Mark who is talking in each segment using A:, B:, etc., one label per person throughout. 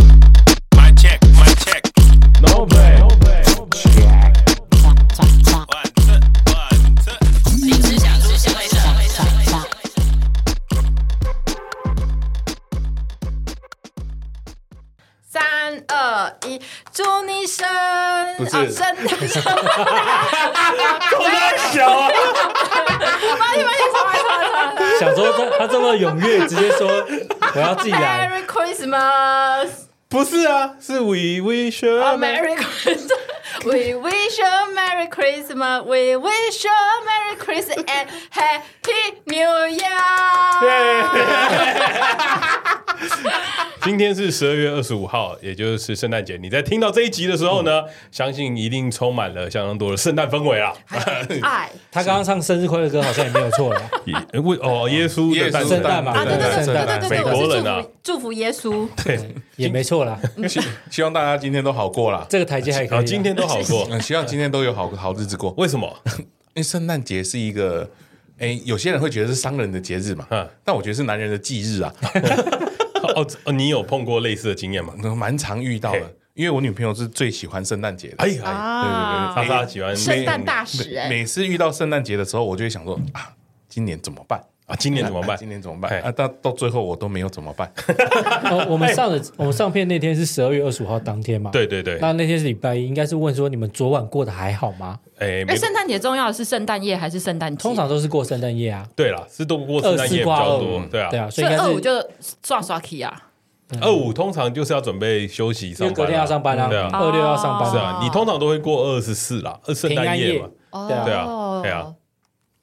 A: 三二一，祝你生
B: 不是
A: 哦 生日 生日，
B: 够大小啊！
A: 抱歉抱歉，错了错了错了错了
C: 想说这他这么踊跃，直接说我要自己来，
A: ，Merry Christmas。
B: 不是啊，是 We Wish You
A: A
B: a
A: Merry Christmas. We wish you a Merry Christmas. We wish you a Merry Christmas and Happy New Year.
B: 今天是十二月二十五号，也就是圣诞节。你在听到这一集的时候呢，相信一定充满了相当多的圣诞氛围啦。
A: 爱
C: 他刚刚唱生日快乐歌好像也没有错了，
B: 也为哦，耶稣的诞
C: 圣诞嘛
A: 啊，对对对
C: 圣
A: 对
C: 诞
A: 对对
B: 美
A: 对，
B: 国
A: 我是
B: 人
A: 祝
B: 啊
A: 福祝福耶稣。
B: 对，
C: 也没错啦，
D: 希希望大家今天都好过啦。
C: 这个台阶还可以啦。
B: 然后哦今天都好过，
D: 嗯，希望今天都有好好日子过。
B: 为什么？
D: 因为圣诞节是一个，哎、有些人会觉得是商人的节日嘛，
B: 嗯
D: 但我觉得是男人的忌日啊，
B: 哦，哦你有碰过类似的经验吗？
D: 蛮常遇到的
B: 嘿。
D: 因为我女朋友是最喜欢圣诞节的，
B: 哎呀，
A: 啊
B: 莎莎喜欢
A: 圣诞大使哎
D: 每次遇到圣诞节的时候，我就会想说啊，今年怎么办？
B: 啊，今年怎么办？
D: 今年怎么办
B: 嘿？
D: 啊，到到最后我都没有怎么办。
C: 哦，我们上的我们上片那天是十二月二十五号当天嘛？
B: 哎对。对对，
C: 那那天是礼拜一，应该是问说你们昨晚过得还好吗？
B: 哎，
A: 哎，
B: 没
A: 圣诞节重要的是圣诞夜还是圣诞节？
C: 通常都是过圣诞夜啊，
B: 对啦，是都不过圣
C: 二
B: 诞
C: 四
B: 夜比
C: 挂
B: 较
C: 二
B: 多
C: 五，，
B: 对啊
C: 对。啊，所
A: 所
C: 以
A: 以
C: 应该
A: 二
C: 是
A: 五就刷刷 key 啊。
B: 二五通常就是要准备休息
C: 嗯因
B: 上
C: 为
B: 班，
C: 隔天要上班啊
B: 对，啊，
C: 二六要上班
B: 是
C: 啊，
B: 啊，你通常都会过二十四啦，二圣诞夜嘛。
C: 对啊
B: 对啊对啊，
A: 哦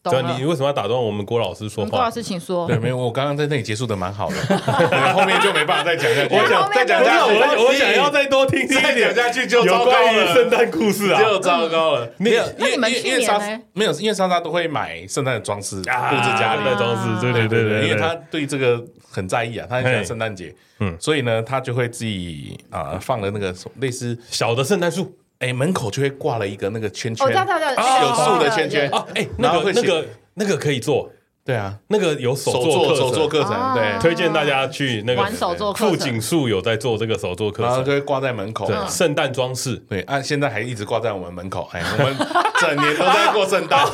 A: 懂
B: 对
A: 了
B: 啊，。你为什么要打断我们郭老师说
A: 嗯郭老
B: 话？
A: 师，请说。
D: 对，没有，我刚刚在那里结束的蛮好的，后面就没办法再讲下去。
A: 我想再
C: 啊
A: 讲下
D: 啊
A: 去
B: 我我想要再多听一
D: 再
B: 点
D: 讲下去就
B: 有
D: 糟糕
B: 关于圣
D: 了，
B: 诞故事啊。
D: 就糟糕了。
B: 那
D: 没有，因
A: 那
D: 为
A: 你们
D: 因为
A: 去
D: 因为
A: 年
D: 莎
A: 呢
D: 没有，因为莎莎都会买圣诞的装饰布置家里
B: 圣。诞装啊饰，对对对对，
D: 因为他对这个很在意啊，他很喜欢圣诞节，
B: 嗯
D: 嗯，所以呢，他就会自己啊、呃放了那个什么类似，
B: 小的圣诞树
D: 哎、门口就会挂了一个那个圈圈，
A: 哦，知道知道知道
D: 啊有树的圈圈
B: 啊，哎，那
D: 然后
B: 个
D: 会
B: 那
D: 写
B: 个那个可以做，
D: 对啊，
B: 那个有手
D: 手
B: 作
D: 做
B: 课
D: 手
B: 程
D: 做，课程，
C: 嗯
A: 啊
D: 对，
B: 推荐大家去那
A: 玩
B: 个
A: 手作课
B: 富
A: 程
B: 锦树有在做这个手作课
D: 然后
B: 程，
D: 就会挂在门口，
B: 对，圣诞装饰。
D: 对啊，现在还一直挂在我们门口，哎，我们整年都在过圣诞，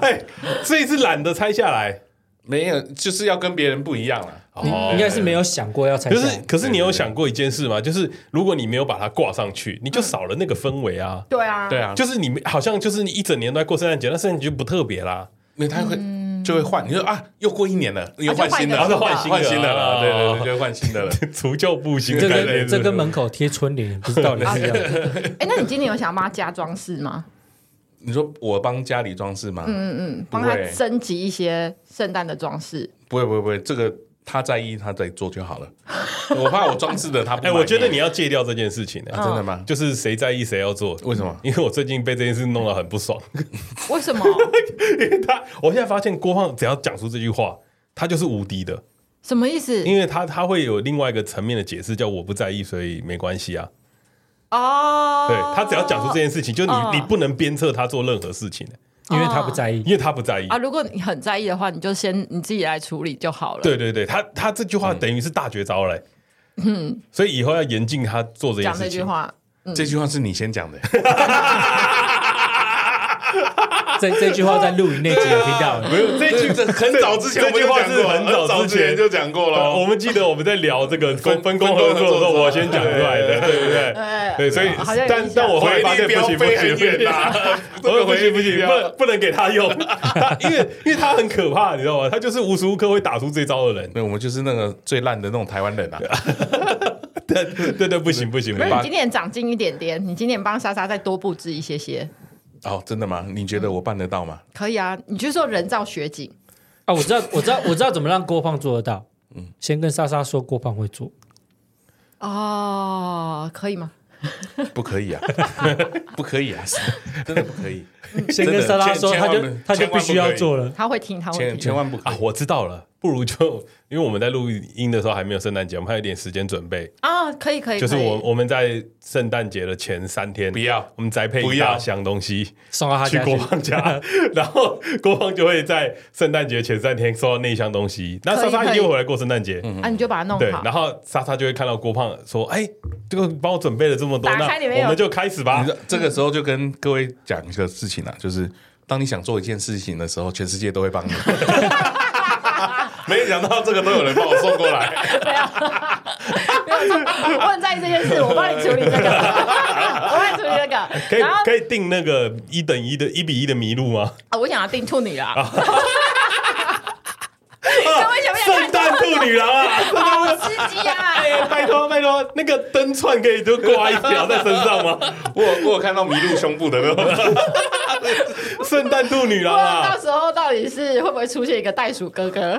B: 哎，
D: 嗯
B: 这一次懒得拆下来，
D: 没有，就是要跟别人不一样了。
B: 哦
C: 应该是没有想过要参
B: 可
C: 加。
B: 是，可是你有想过一件事吗？就是如果你没有把它挂上去，你就少了那个氛围啊。
A: 对啊，
D: 对啊，就
B: 就是你没好像就是你一整年都在过圣诞节，那圣诞节就不特别啦。
D: 没有他会就会换，你说嗯啊，又过一年了，又换新的，
A: 啊就换
B: 一个
D: 换新的
B: 啊
D: 了，对对对，就会换新 的了。
B: 除旧布新的
C: 这
B: 概念
C: 跟
B: 是
C: 这
B: 不是
C: 跟门口贴春联不是道理是一样的。
A: 哎，那你今年有想帮他加装饰吗？
D: 你说我帮家里装饰吗？
A: 嗯嗯，帮他
D: 不会
A: 升级一些圣诞的装饰。
D: 不会不会不会，这个他在意他在做就好 了。我怕我装饰的他不
B: 哎、
D: 满意。
B: 我觉得你要戒掉这件事情
D: 啊
B: 啊，
D: 真的吗？
B: 就是谁在意谁要做。
D: 为什么？
B: 因为我最近被这件事弄得很不爽。
A: 为什 么？
B: 因为他，我现在发现郭胖只要讲出这句话，他就是无敌的，
A: 什么意思？
B: 因为他他会有另外一个层面的解释，叫我不在意，所以没关系啊。
A: 哦，
B: 对他只要讲出这件事情，就你、
A: 哦
B: 你不能鞭策他做任何事情、
C: 因为他不在意，
B: 因为他不在意。
A: 啊，如果你很在意的话，你就先你自己来处理就好了。
B: 对对对，他他这句话等于是大绝招嘞、嗯，所以以后要严禁他做这件
A: 讲
B: 事情。
A: 这句话，
D: 这句话是你先 讲的，
C: 这这句话在录影那集有听到的。
D: 没有这句这很早之前
B: 这
D: 我们
B: 句
D: 就
B: 话
D: 讲
B: 是
D: 过，哦
B: 很早
D: 早
B: 之前
D: 就讲过
B: 呃
D: 了。
B: 我们记得我们在聊这个分分
D: 分
B: 工
D: 工
B: 合
D: 合
B: 作的时候，
D: 作的时候
B: 我先讲出来的，对不对？
A: 哎
B: 对，所以
A: 好像有
B: 但
A: 印象
B: 但我后来
D: 回
B: 发现
D: 力
B: 不
D: 标
B: 行不
D: 飞
B: 行
D: 很
B: 不行
D: 远啦，
B: 我
D: 这个
B: 说不
D: 回
B: 行
D: 力
B: 不行，
D: 标
B: 不不能给他用， 他因为因为他很可怕，你知道吗？他就是无时无刻会打出这招的人。
D: 没有，我们就是那个最烂的那种台湾 人啊！
B: 对对对，不行不行，
A: 不
B: 没
A: 是
B: 办法。
A: 你今年长进一点点，你今年帮莎莎再多布置一些些，
D: 哦，真的吗？你觉得我办得到吗？
A: 可以啊。你就说人造雪景，
C: 啊，我知道，我知道，我知道怎么让郭胖做得到。先跟莎莎说郭胖会做，
A: 哦，可以吗？
D: 不 可以啊，不可以啊，是真的不可以，
C: 先跟莎莎说，
D: 千
C: 他就
D: 千万不
C: 他就必须要做了。
A: 他会听，他会
D: 千
A: 听
D: 千。万不可
B: 啊
D: 以！。
B: 我知道了，不如就因为我们在录音的时候还没有圣诞节，我们还有一点时间准备，
A: 啊，可以可以，
B: 就是我
A: 可以
B: 我们在圣诞节的前三天
D: 不要
B: 我们宅配
D: 不
B: 一
D: 要
B: 大箱东西，
C: 送到他
B: 去
C: 家
B: 国
C: 去。
B: 芳家， 然后国芳就会在圣诞节前三天收到那一箱东西。那莎莎
A: 可以
B: 一定会回来过圣诞节，
A: 啊，你就把它弄
B: 对。
A: 好
B: 然。后莎莎就会看到郭胖说：“哎，这个帮我准备了这么多，
A: 打
B: 那
A: 开里面有
B: 我们就开始吧
D: 你。这这个时候就跟各位讲一个事情啊，就是当你想做一件事情的时候，全世界都会帮你。没想到这个都有人帮我送过来，
A: 没有， 没有，我很在意这件事，我帮你处理这个， 我帮你处理这个。
B: 可以
A: 然后
B: 可以定那个一等一的一比一的麋鹿吗？
A: 啊，我想要订兔女郎。 各位想不想
B: 圣
A: 看？
B: 诞兔女郎 啊！
A: 好刺激啊！
B: 哎，拜托拜托，那个灯串可以就挂一条在身上 吗？
D: 我有我有看到麋鹿胸部的那种，
B: 圣诞兔女
A: 不
B: 郎
A: 知
B: 啊！
A: 道到时候到底是会不会出现一个袋鼠哥哥？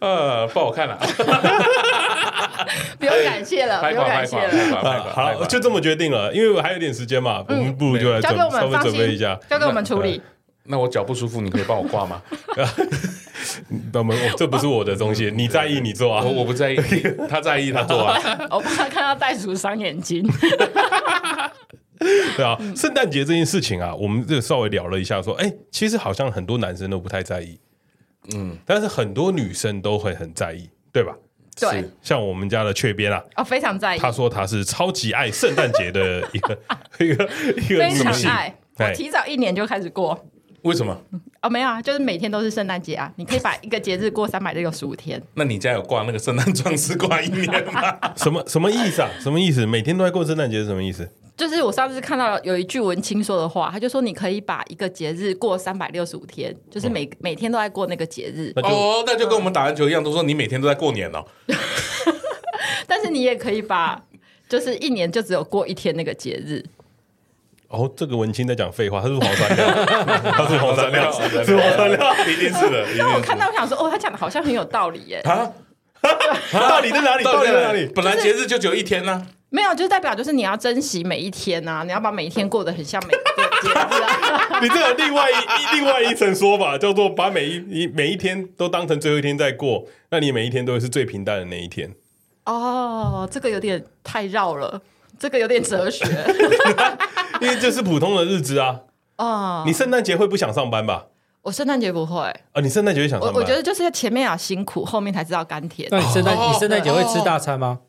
D: 呃，不好看了，
A: 不用感谢了，
B: 哎
A: 不
D: 拍
A: 用
D: 垮拍
A: 感谢
D: 垮
A: 了
D: 拍。垮拍垮，拍
B: 啊好，
D: 垮
B: 就这么决定了，因为我还有点时间嘛，我们不如就来
A: 嗯交
B: 准
A: 给我
B: 稍
A: 们
B: 微
A: 放
B: 准备
A: 心，
B: 一下。
A: 交给我们处 理。
D: 那我脚不舒服，你可以帮我挂吗？
B: 我们哦这不是我的东
A: 嗯
B: 西，你在意你做啊
D: 我。我不在意，他在意他做
B: 哎
D: 啊。
A: 我怕看到袋鼠伤眼睛，嗯
B: 对啊，圣诞节这件事情啊，我们就稍微聊了一下，说，哎、其实好像很多男生都不太在意，嗯，但是很多女生都会很在意，对吧？
A: 对，
B: 像我们家的雀边啊，
A: 哦，非常在意，
B: 他说他是超级爱圣诞节的一 个一个一个
A: 非
B: 女
A: 常
B: 性，
A: 爱。我
B: 哎，
A: 提早一年就开始过。
D: 为什么？
A: 哦，没有啊，就是每天都是圣诞节啊！你可以把一个节日过三百六十五天，
D: 那你家有挂那个圣诞装饰挂一年吗？
B: 什么什么意思啊？什么意思？每天都在过圣诞节是什么意思？
A: 就是我上次看到有一句文青说的话，他就说你可以把一个节日过三百六十五天，就是每、每天都在过那个节日，
B: 那就、
D: 哦，那就跟我们打篮球一样，都说你每天都在过年哦。
A: 但是你也可以把就是一年就只有过一天那个节日，
B: 哦，这个文青在讲废话，他是不是黄山料，他是不是黄 山料，
D: 黄
B: 是
D: 山料
B: 不是黄山料，
D: 一定是的，一定
A: 但我
D: 是
A: 看
D: 的。
A: 到我想说，哦，他讲的好像很有道理耶。
D: 啊，
B: 到底在 哪里？到底在哪里？
D: 本来节日就只有一天呢，
A: 没有，就是代表就是你要珍惜每一天啊，你要把每一天过得很像每一个节日啊。
B: 你这有另外一一 另外一层说法，叫做把每一一每一天都当成最后一天在过，那你每一天都会是最平淡的那一天。
A: 哦，这个有点太绕了，这个有点哲学
B: 因为这是普通的日子啊，
A: 哦。
B: 你圣诞节会不想上班吧？
A: 我圣诞节不会，
B: 啊，你圣诞节会想
A: 我
B: 上班？
A: 我觉得就是前面要辛苦，后面才知道甘甜。
C: 那你圣诞
D: 哦
C: 你圣诞节会吃大餐吗？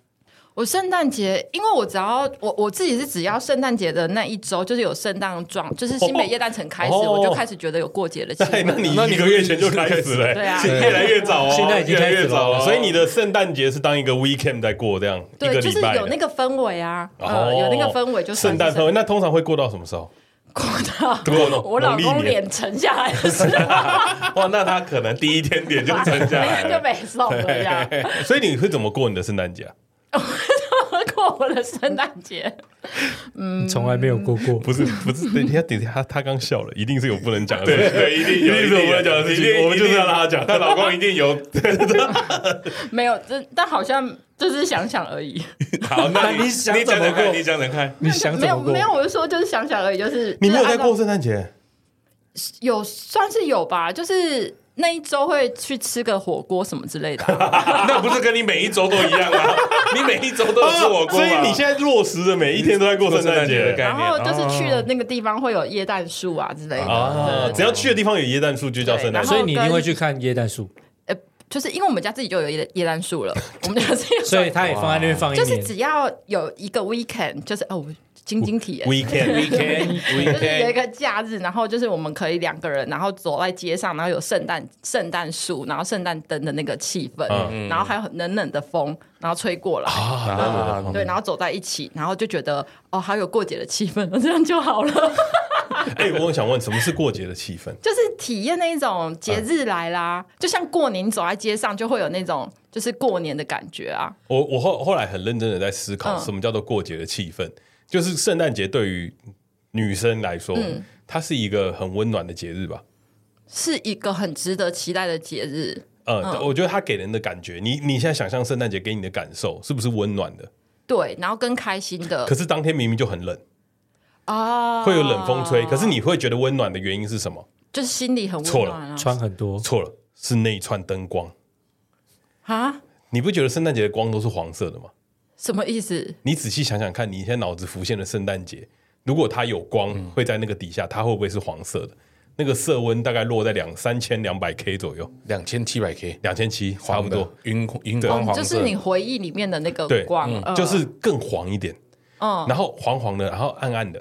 A: 我圣诞节，因为我只要我我自己是只要圣诞节的那一周，就是有圣诞状，就是新北夜诞城开始，
B: 哦
A: 我就开始觉得有过节的气
B: 哎，
A: 氛。
B: 那你一个月前就开始了、
A: 对啊
B: 越来越早哦，
C: 现在已经
B: 越来
C: 开始了
B: 越早
C: 哦
B: 所以你的圣诞节是当一个 weekend 在过，这样一
A: 对，
B: 个
A: 就是
B: 礼拜的
A: 有那个氛围啊，
B: 哦
A: 呃，有那个氛围，就是
B: 圣诞氛围。那通常会过到什么时候？
A: 过到
B: 过农
A: 我老
B: 农历
A: 公
B: 年
A: 脸沉下 来的时候，
D: 哇，那他可能第一天点就沉下来
A: 就
D: 了。
A: 没送了 这样。
B: 所以你会怎么过你的圣诞节啊？
A: 过我的圣诞节，嗯
C: 你从来没有过过。
B: 不是不 是，等一下等一下，他他刚笑了，一定是有不能讲的事情
D: 对对，一定有
B: 一定是我们讲的事情
D: 一定
B: 我们就是要让他讲
D: 她老公一 定有。
A: 没有，这但好像就是想想而已，
D: 好，那
C: 那
D: 你
C: 你想
D: 你
C: 怎么
D: 讲讲
C: 过
D: 看，你讲讲看。
C: 你想
A: 没
C: 怎
A: 有
C: 么过
A: 没？有，我就说就是想想而已，就是
B: 你没有在
A: 就是按
B: 过
A: 照
B: 圣诞节？
A: 有算是有吧，就是那一周会去吃个火锅什么之类的啊、
D: 那不是跟你每一周都一样 吗？你每一周都有吃火锅
B: 所
D: 吗
B: 以你现在落实了每一天都在过圣诞
D: 过圣诞
B: 节
D: 节的概
A: 然
D: 念
A: 后就是去的那个地方会有椰蛋树啊之类的，
D: 哦
B: 啊！只要去的地方有椰蛋树，就叫圣诞
A: 对然
B: 树
A: 后。
C: 所以你一定会去看椰蛋树，
A: 呃，就是因为我们家自己就有椰椰蛋 树了，我们家自己有
C: 所以它也放在那边放一
A: 就是
C: 年。
A: 只要有一个 weekend，就是哦，我晶晶体耶。
B: Weekend，
D: weekend
A: 就是有一
D: weekend
A: 个假日，然后就是我们可以两个人，然后走在街上，然后有圣诞圣诞树，然后圣诞灯的那个气氛，
D: 嗯
A: 然后还有很冷冷的风，然后吹过来，
D: 啊，
A: 对，然后走在一起，然后就觉得哦，好有过节的气氛，这样就好了。
B: 哎，我想问，什么是过节的气氛？
A: 就是体验那一种节日来啦，就像过年你走在街上就会有那种就是过年的感觉啊。
B: 我我后后来很认真的在思考，
A: 嗯
B: 什么叫做过节的气氛？就是圣诞节对于女生来说，
A: 嗯
B: 它是一个很温暖的节日吧？
A: 是一个很值得期待的节日，嗯
B: 呃，我觉得它给人的感觉，你你现在想象圣诞节给你的感受是不是温暖的？
A: 对，然后更开心的
B: 可是当天明明就很冷，
A: 啊，
B: 会有冷风吹，可是你会觉得温暖的原因是什么？
A: 就是心里很温
B: 错了
A: 暖啊
C: 穿很多，
B: 错了，是那一串灯光。
A: 啊，
B: 你不觉得圣诞节的光都是黄色的吗？
A: 什么意思？
B: 你仔细想想看，你现在脑子浮现的圣诞节，如果它有光会在那个底下，它会不会是黄色的？那个色温大概落在两三千两百 K 左右，
D: 两千七百 K，
B: 两千七差不多。
D: 云云
B: 对
D: 光黄色，
A: 哦就是你回忆里面的那个
B: 对嗯
A: 光，呃
B: 就是更黄一点，
A: 嗯
B: 然后黄黄的，然后暗暗的，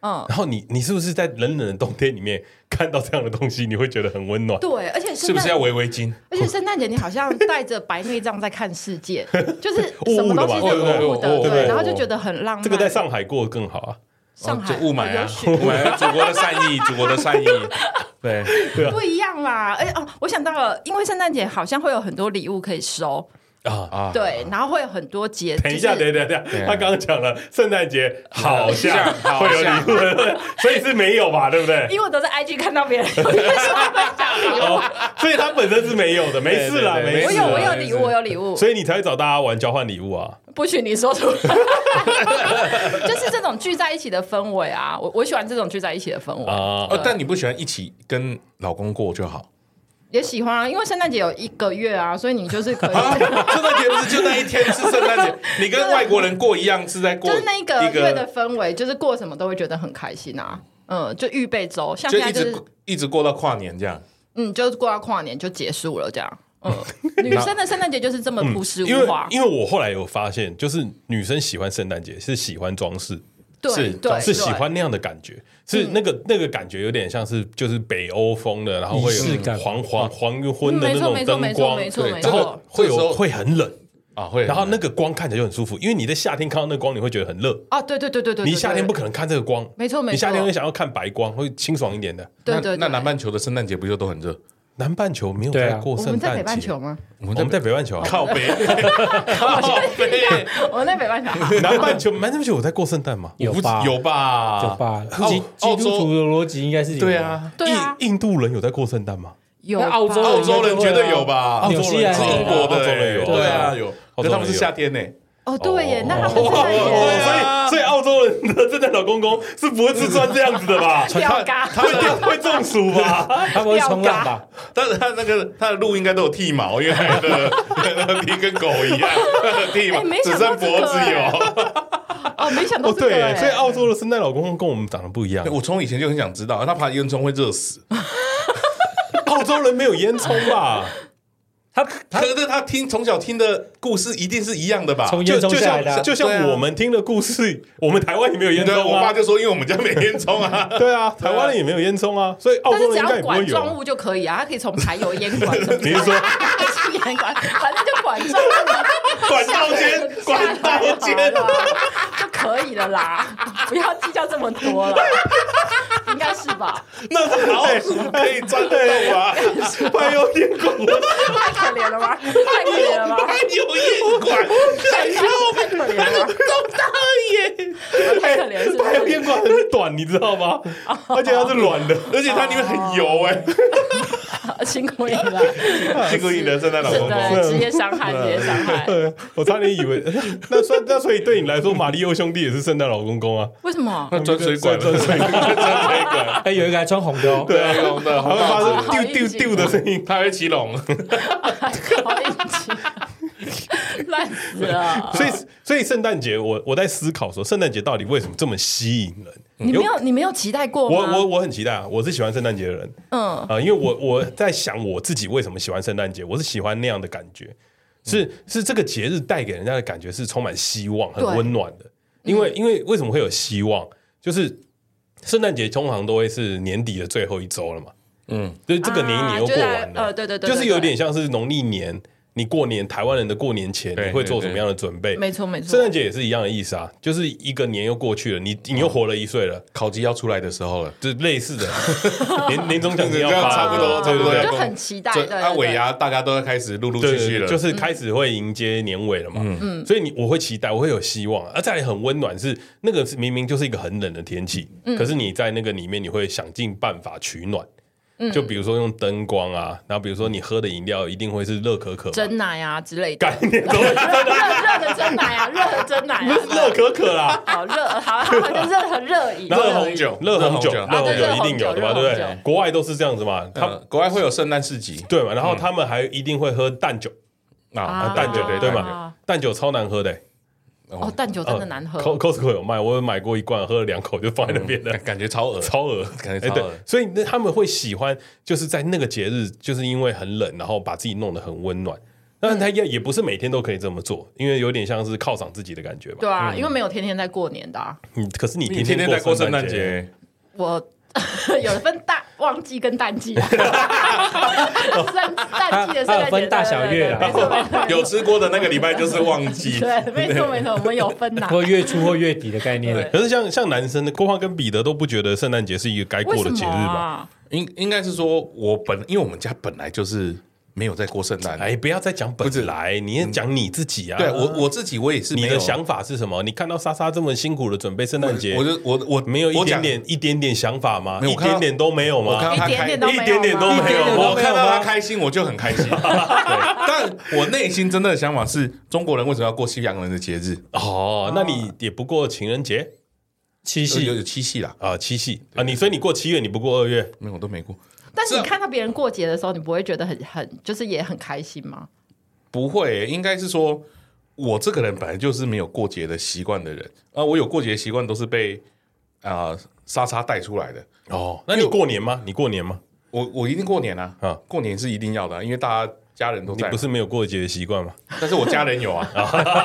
A: 嗯，
B: 然后你你是不是在冷冷的冬天里面看到这样的东西，你会觉得很温暖？
A: 对，而且圣
D: 是不
A: 诞
D: 是要围围巾？
A: 而且圣诞节你好像带着白内障在看世界， 就是
B: 雾
A: 什么
B: 的
A: 东
B: 吧
A: 西都雾
D: 雾雾
A: 雾
D: 雾雾
A: 的，
D: 对
A: 对，然后就觉得很浪漫。
B: 这个在上海过更好啊，
A: 上海
D: 就雾霾啊
A: 有，雪
D: 雾霾，祖国的善 意，祖国的善意，对，
A: 不一样啦。而且哦，我想到了，因为圣诞节好像会有很多礼物可以收，
B: 啊
D: 啊，
A: 对，然后会有很多节。
B: 等一下，
A: 就
B: 等
A: 是
B: 一下，等一
D: 对
B: 下，他刚刚讲了圣诞节好像
D: 好像
B: 会有礼物的， 所以是没有吧？对不对？
A: 因为我都在 IG 看到别人 有人说会讲礼物，
B: 哦，所以他本身是没有的，没事啦，
D: 对对对
B: 没
A: 我
B: 事
A: 有
B: 啦。
A: 我有礼物，我有礼物，
B: 所以你才会找大家玩交换礼物啊！
A: 不许你说出来。 就是这种聚在一起的氛围啊，我我喜欢这种聚在一起的氛围。
B: 啊，
D: 哦，但你不喜欢一起跟老公过就好。
A: 也喜欢啊，因为圣诞节有一个月啊，所以你就是可以，
B: 啊
D: 圣诞节不是就那一天是圣诞节？你跟外国人过一样是在过
A: 就是那一个
D: 一
A: 月的氛围，就是过什么都会觉得很开心啊。嗯，就预备周，像
D: 就
A: 现
D: 一
A: 在就是
D: 直一直过到跨年这样。
A: 嗯，就是过到跨年就结束了这样。嗯， 女生的圣诞节就是这么朴实
B: 因为
A: 无华，
B: 因为我后来有发现，就是女生喜欢圣诞节是喜欢装饰，
A: 对
D: 是
A: 对，嗯
B: 是喜
A: 对
B: 欢那样的感觉，是那个那个感觉有点像是就是北欧风的，然后会
C: 仪式
B: 有
C: 感
B: 黄黄黄昏
A: 嗯
B: 的
A: 没
B: 那
A: 错
B: 种
A: 没错
B: 灯
A: 没错
B: 光，
A: 没错
D: 对
A: 没
B: 然
D: 这
B: 后
A: 错
D: 个。
B: 会
D: 这时
B: 有
D: 候
B: 会很冷，
D: 啊，会。
B: 然后那个光看起来就很舒服，因为你在夏天看到那光，你会觉得很热。
A: 哦，对对对对对，
B: 你
A: 对
B: 夏天不可能看这个光，
A: 没错没错
B: 你夏天会想要看白光，会清爽一点的。
A: 对对，对
D: 那那南半球的圣诞节不就都 很热？
B: 南半球没有
C: 对
B: 在
C: 啊
B: 过
A: 我
B: 圣
A: 们在
B: 诞
A: 北半
B: 节，
A: 球吗？
B: 我们在北半球啊，
D: 靠北，靠 北，
A: 我们在北半球啊，
B: 南半球，南半球有在过圣诞吗？
C: 有
D: 我不知
C: 吧？
D: 有吧？
C: 有吧？
D: 澳
C: 基基
D: 澳
C: 督徒
D: 洲
C: 的逻辑应该是有的
D: 对，啊，
A: 对啊，
B: 印印度人有在过圣诞吗？
A: 有
C: 那澳洲
A: 吧
D: 澳洲人绝对有吧？
C: 澳洲人
D: 澳洲
C: 纽
D: 人是
C: 西兰
D: 英国的，
B: 澳洲人有
D: 对啊，有。
B: 澳洲人有
D: 可他们是夏天呢，
A: 哦，对耶
B: 哦，
A: 那他们
B: 哦
A: 圣诞
D: 对
A: 节
B: 哦
D: 啊
B: 所以所以澳洲人的圣诞老公公是不会是穿 这样子的吧？
A: 吊嘎，
B: 会掉会中暑吧？
C: 他们会冲浪吧？
D: 但是他那个他的鹿应该都有剃毛，因为他的那个 剃跟狗一样， 剃毛
A: 哎没
D: 只
A: 想到
D: 剩
A: 这个哎
D: 脖子有。
A: 哦，没想到
B: 哦，
A: 这个
B: 对，所以
A: 耶，
B: 澳洲的圣诞老公公跟我们长得不一样。
D: 我从以前就很想知道，他爬烟囱会热死，
B: 澳洲人没有烟囱吧？
C: 他
D: 可是他听从小听的故事一定是一样的吧？
C: 从
B: 就
C: 烟囱
B: 就
C: 下来的啊
B: 像就像我们听的故事，我们台湾也没有烟
D: 对，
B: 囱
D: 我爸
B: 啊，
D: 就说，因为我们家没烟囱啊。
B: 对啊，台湾人也没有烟囱啊，所以澳
A: 但
B: 洲
A: 是只
B: 人应该
A: 要
B: 也不会
A: 管
B: 有
A: 状
B: 啊。
A: 物就可以啊，它可以从排油烟管什么的
B: 你是 说
A: 烟管，反正就管状物，
B: 管道间管道
A: 下来
B: 间
A: 就好了就可以了啦，不要计较这么多了，应该是吧？
B: 那是老鼠可以钻得动吗？还有烟管，
A: 太可怜了吧？太可怜了吧？
D: 还有烟管，
A: 太可怜了吧？太可怜是不是
B: 还有烟管很短，你知道吗？而且它是软的，
D: 而且它里面很油哎、
A: 辛苦你了，
D: 辛苦你 的圣诞老公
A: 真
D: 公。
A: 的职业伤害，职业伤害。
B: 对，我差点以为那算那所以对你来说，马里奥兄弟也是圣诞老公公啊，
A: 为什 么？
D: 那钻水管，钻水管，钻水管，
C: 哎，有一个还穿红的哦，
D: 对啊，龙的，
B: 还会发
A: 好好
B: 出
A: 意
B: 丢
A: 境
B: 丢丢的声音。
D: 它会骑龙，
A: 好应急， 烂死了！
B: 所以，所以圣诞节，我我在思考说，圣诞节到底为什么这么吸引人？
A: 你没有，你没有期待过
B: 我
A: 吗？
B: 我我很期待啊！我是喜欢圣诞节的人
A: 嗯，
B: 啊、因为我我在想我自己为什么喜欢圣诞节，我是喜欢那样的感觉，是是这个节日带给人家的感觉是充满希望、很
A: 对
B: 温暖的。
A: 嗯
B: 因为因为为什么会有希望？就是圣诞节通常都会是年底的最后一周了嘛，嗯，就是这个年你又过完了，
A: 啊就在呃对对对
B: 就
A: 对
B: 是有点像是农历年，你过年台湾人的过年前
D: 对
B: 你会做什么样的准备？
A: 没错没
B: 圣
A: 错
B: 诞。节也是一样的意思啊，就是一个年又过去了，你你又活了一岁了。
D: 烤鸡要出来的时候了。
B: 就是类似 的，年年终奖金要
D: 这样
B: 发了，
D: 差不多，
A: 啊
D: 差不多
B: 对
D: 要
B: 对
A: 就
D: 公
A: 很期待
D: 这
A: 对对对
D: 它啊尾牙大家都要开始陆陆
B: 对
D: 续
B: 对
D: 续
B: 对
D: 了，
B: 就是开始会迎接年尾了嘛。嗯，所以你我会期待，我会有希望，而再来很温暖是那个是明明就是一个很冷的天气，
D: 嗯
B: 可是你在那个里面你会想尽办法取暖。
D: 嗯
B: 就比如说用灯光啊，然后比如说你喝的饮料一定会是热可可嘛，
A: 真奶啊之类的，
B: 概念 都是
A: 热热的真奶啊，热的真奶啊，
B: 热可可啦，
A: 好热，好好好，就热很热饮，
D: 热红酒，
B: 热红酒，
D: 热
B: 热
D: 红
B: 红
A: 对
B: 酒
A: 热
B: 一
A: 红
B: 定有
A: 酒
B: 的嘛，
A: 热
B: 对不
A: 红
B: 对
A: 酒？
B: 国外都是这样子嘛，他
D: 嗯国外会有圣诞市集
B: 对嘛，然后他们还一定会喝淡酒，
D: 啊
A: 啊
B: 淡酒
D: 对
B: 对
D: 嘛，
B: 嘛，淡酒超难喝的欸，
A: 哦，蛋酒真的难喝，
B: Co- Costco 有卖，我有买过一罐，喝了两口就放在那边了。
D: 感感觉超恶
B: 超额，
D: 感觉
B: 哎
D: 超
B: 对
D: 恶，
B: 所以那他们会喜欢，就是在那个节日，就是因为很冷，然后把自己弄得很温暖。当然，他也也不是每天都可以这么做，因为有点像是犒赏自己的感觉吧。
A: 对啊，因为没有天天在过年的、啊，
B: 嗯，可是你
D: 你
B: 天
D: 天天在过
B: 过
D: 圣诞
B: 节，
D: 节，
A: 我 有分淡旺季跟淡季 啊，淡淡季的圣
C: 它有
A: 诞节
C: 分大小月啊啦
A: 对对 对没 错没错
D: 欸有吃过的那个礼拜就是旺季。
A: 对，没错没错，我们有分 呐。
C: 或月初或月底的概念
A: 对。
B: 可是像像男生的郭胖跟彼得都不觉得圣诞节是一个该过
A: 为
B: 的
A: 什
B: 节
A: 么
B: 日吧？
A: 啊？
D: 应应该是说，我本因为我们家本来就是没有在过圣诞，
B: 哎，不要再讲本子来，你也讲你自己啊。
D: 嗯对我我自己我也是
B: 你
D: 没
B: 的
D: 有啊
B: 想法是什么？你看到莎莎这么辛苦的准备圣诞节，
D: 我就我我
B: 没有一
D: 我
B: 点
D: 讲
B: 点一点点想法吗？
D: 没有
B: 一
D: 我看到
B: 点点都没有
D: 我看
B: 吗
D: 到？他
A: 一点
D: 开
A: 点都没有吗，
B: 一点点都没有
A: 一点点都
D: 我
B: 没
D: 看
B: 有
D: 到他
B: 吗
D: 开心我就很开 心，但我内心真正的想法是中国人为什么要过西洋人的节日？
B: 哦，那你也不过情人节
C: 七
D: 呃有有
C: 夕
D: 有七夕啦，
B: 啊，七夕啊，你所以你过七月，你不过二月，
D: 没有我都没过，
A: 但是
D: 这
B: 啊
A: 你看到别人过节的时候，你不会觉得很很就是也很开心吗？
D: 不会、应该是说我这个人本来就是没有过节的习惯的人啊，我有过节的习惯都是被啊莎莎带出来的。
B: 哦，那你过年吗？你过年吗？
D: 我我一定过年啊，
B: 啊
D: 过年是一定要的啊、因为大家家人都
B: 你
D: 在嘛
B: 不，是没有过节的习惯吗？
D: 但是我家人 有啊，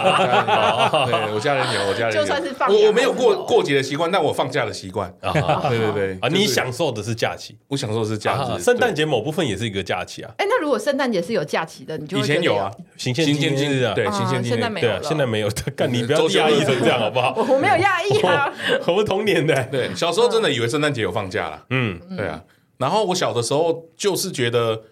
D: 哦对我家人有，我家人有，
A: 就算是放
D: 我
A: 假
D: 我没有
A: 还是
D: 过
A: 有
D: 过节的习惯，但我放假的习惯，
B: 啊，
D: 对对对，
B: 啊
D: 哎就是
B: 你享受的是假期，
D: 我享受的是假
B: 啊
D: 日，
B: 圣诞
D: 对
B: 节某部分也是一个假期啊，
A: 哎，那如果圣诞节是有假期的，你就会
D: 以
A: 觉
D: 前
A: 得
D: 有啊，，
B: 行宪纪念日啊，
D: 对，
A: 啊
D: 新鲜纪
A: 现在
D: 念
A: 没有
B: 对啊
A: 了，，
B: 现在没有， 干你不要
D: 周休
B: 压
D: 二
B: 抑
D: 日
B: 成这样好不 好？
A: 我我没有压抑
B: 哦
A: 啊，
B: 我们童年的，
A: 嗯
D: 对，小时候真的以为圣诞节有放假啦，
B: 嗯，
D: 对啊。然后我小的时候就是觉得，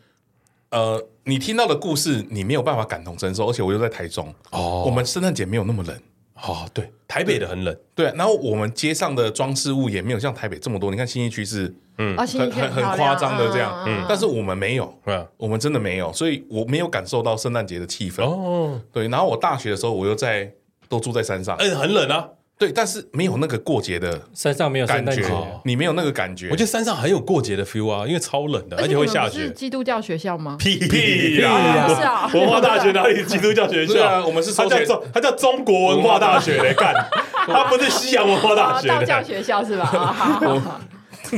D: 呃，你听到的故事你没有办法感同身受，而且我又在台中，
B: 哦
D: 我们圣诞节没有那么冷，
B: 哦，对，台北的很冷，
D: 对啊。然后我们街上的装饰物也没有像台北这么多，你看新一区是
A: 啊，心
D: 很
A: 情
D: 很很
A: 漂亮
D: 夸张的这样，
A: 嗯，
D: 但是我们没有，
B: 嗯，
D: 我们真的没有，所以我没有感受到圣诞节的气氛。
B: 哦，
D: 对，然后我大学的时候我又在都住在山上，
B: 嗯，很冷啊，
D: 对，但是没有那个过节的
C: 山上没有圣
D: 感
C: 诞节
D: 觉，
B: 哦
D: 你没有那个感觉。
B: 我觉得山上很有过节的 feel 啊，因为超冷的，而
A: 而
B: 且会
A: 你们
B: 下
A: 不是
B: 雪。
A: 基督教学校吗？
B: 屁
D: 屁
B: 呀！
A: 啊是啊
B: 文化大学哪里基督教学
D: 对
B: 校？
D: 啊我们是
B: 它
D: 收
B: 叫
D: 钱
B: 中，它叫中国文化大学嘞，干， 它不是西洋文化大
A: 啊，
B: 学
A: 道教
B: 嘞。
A: 学校是吧？啊好好好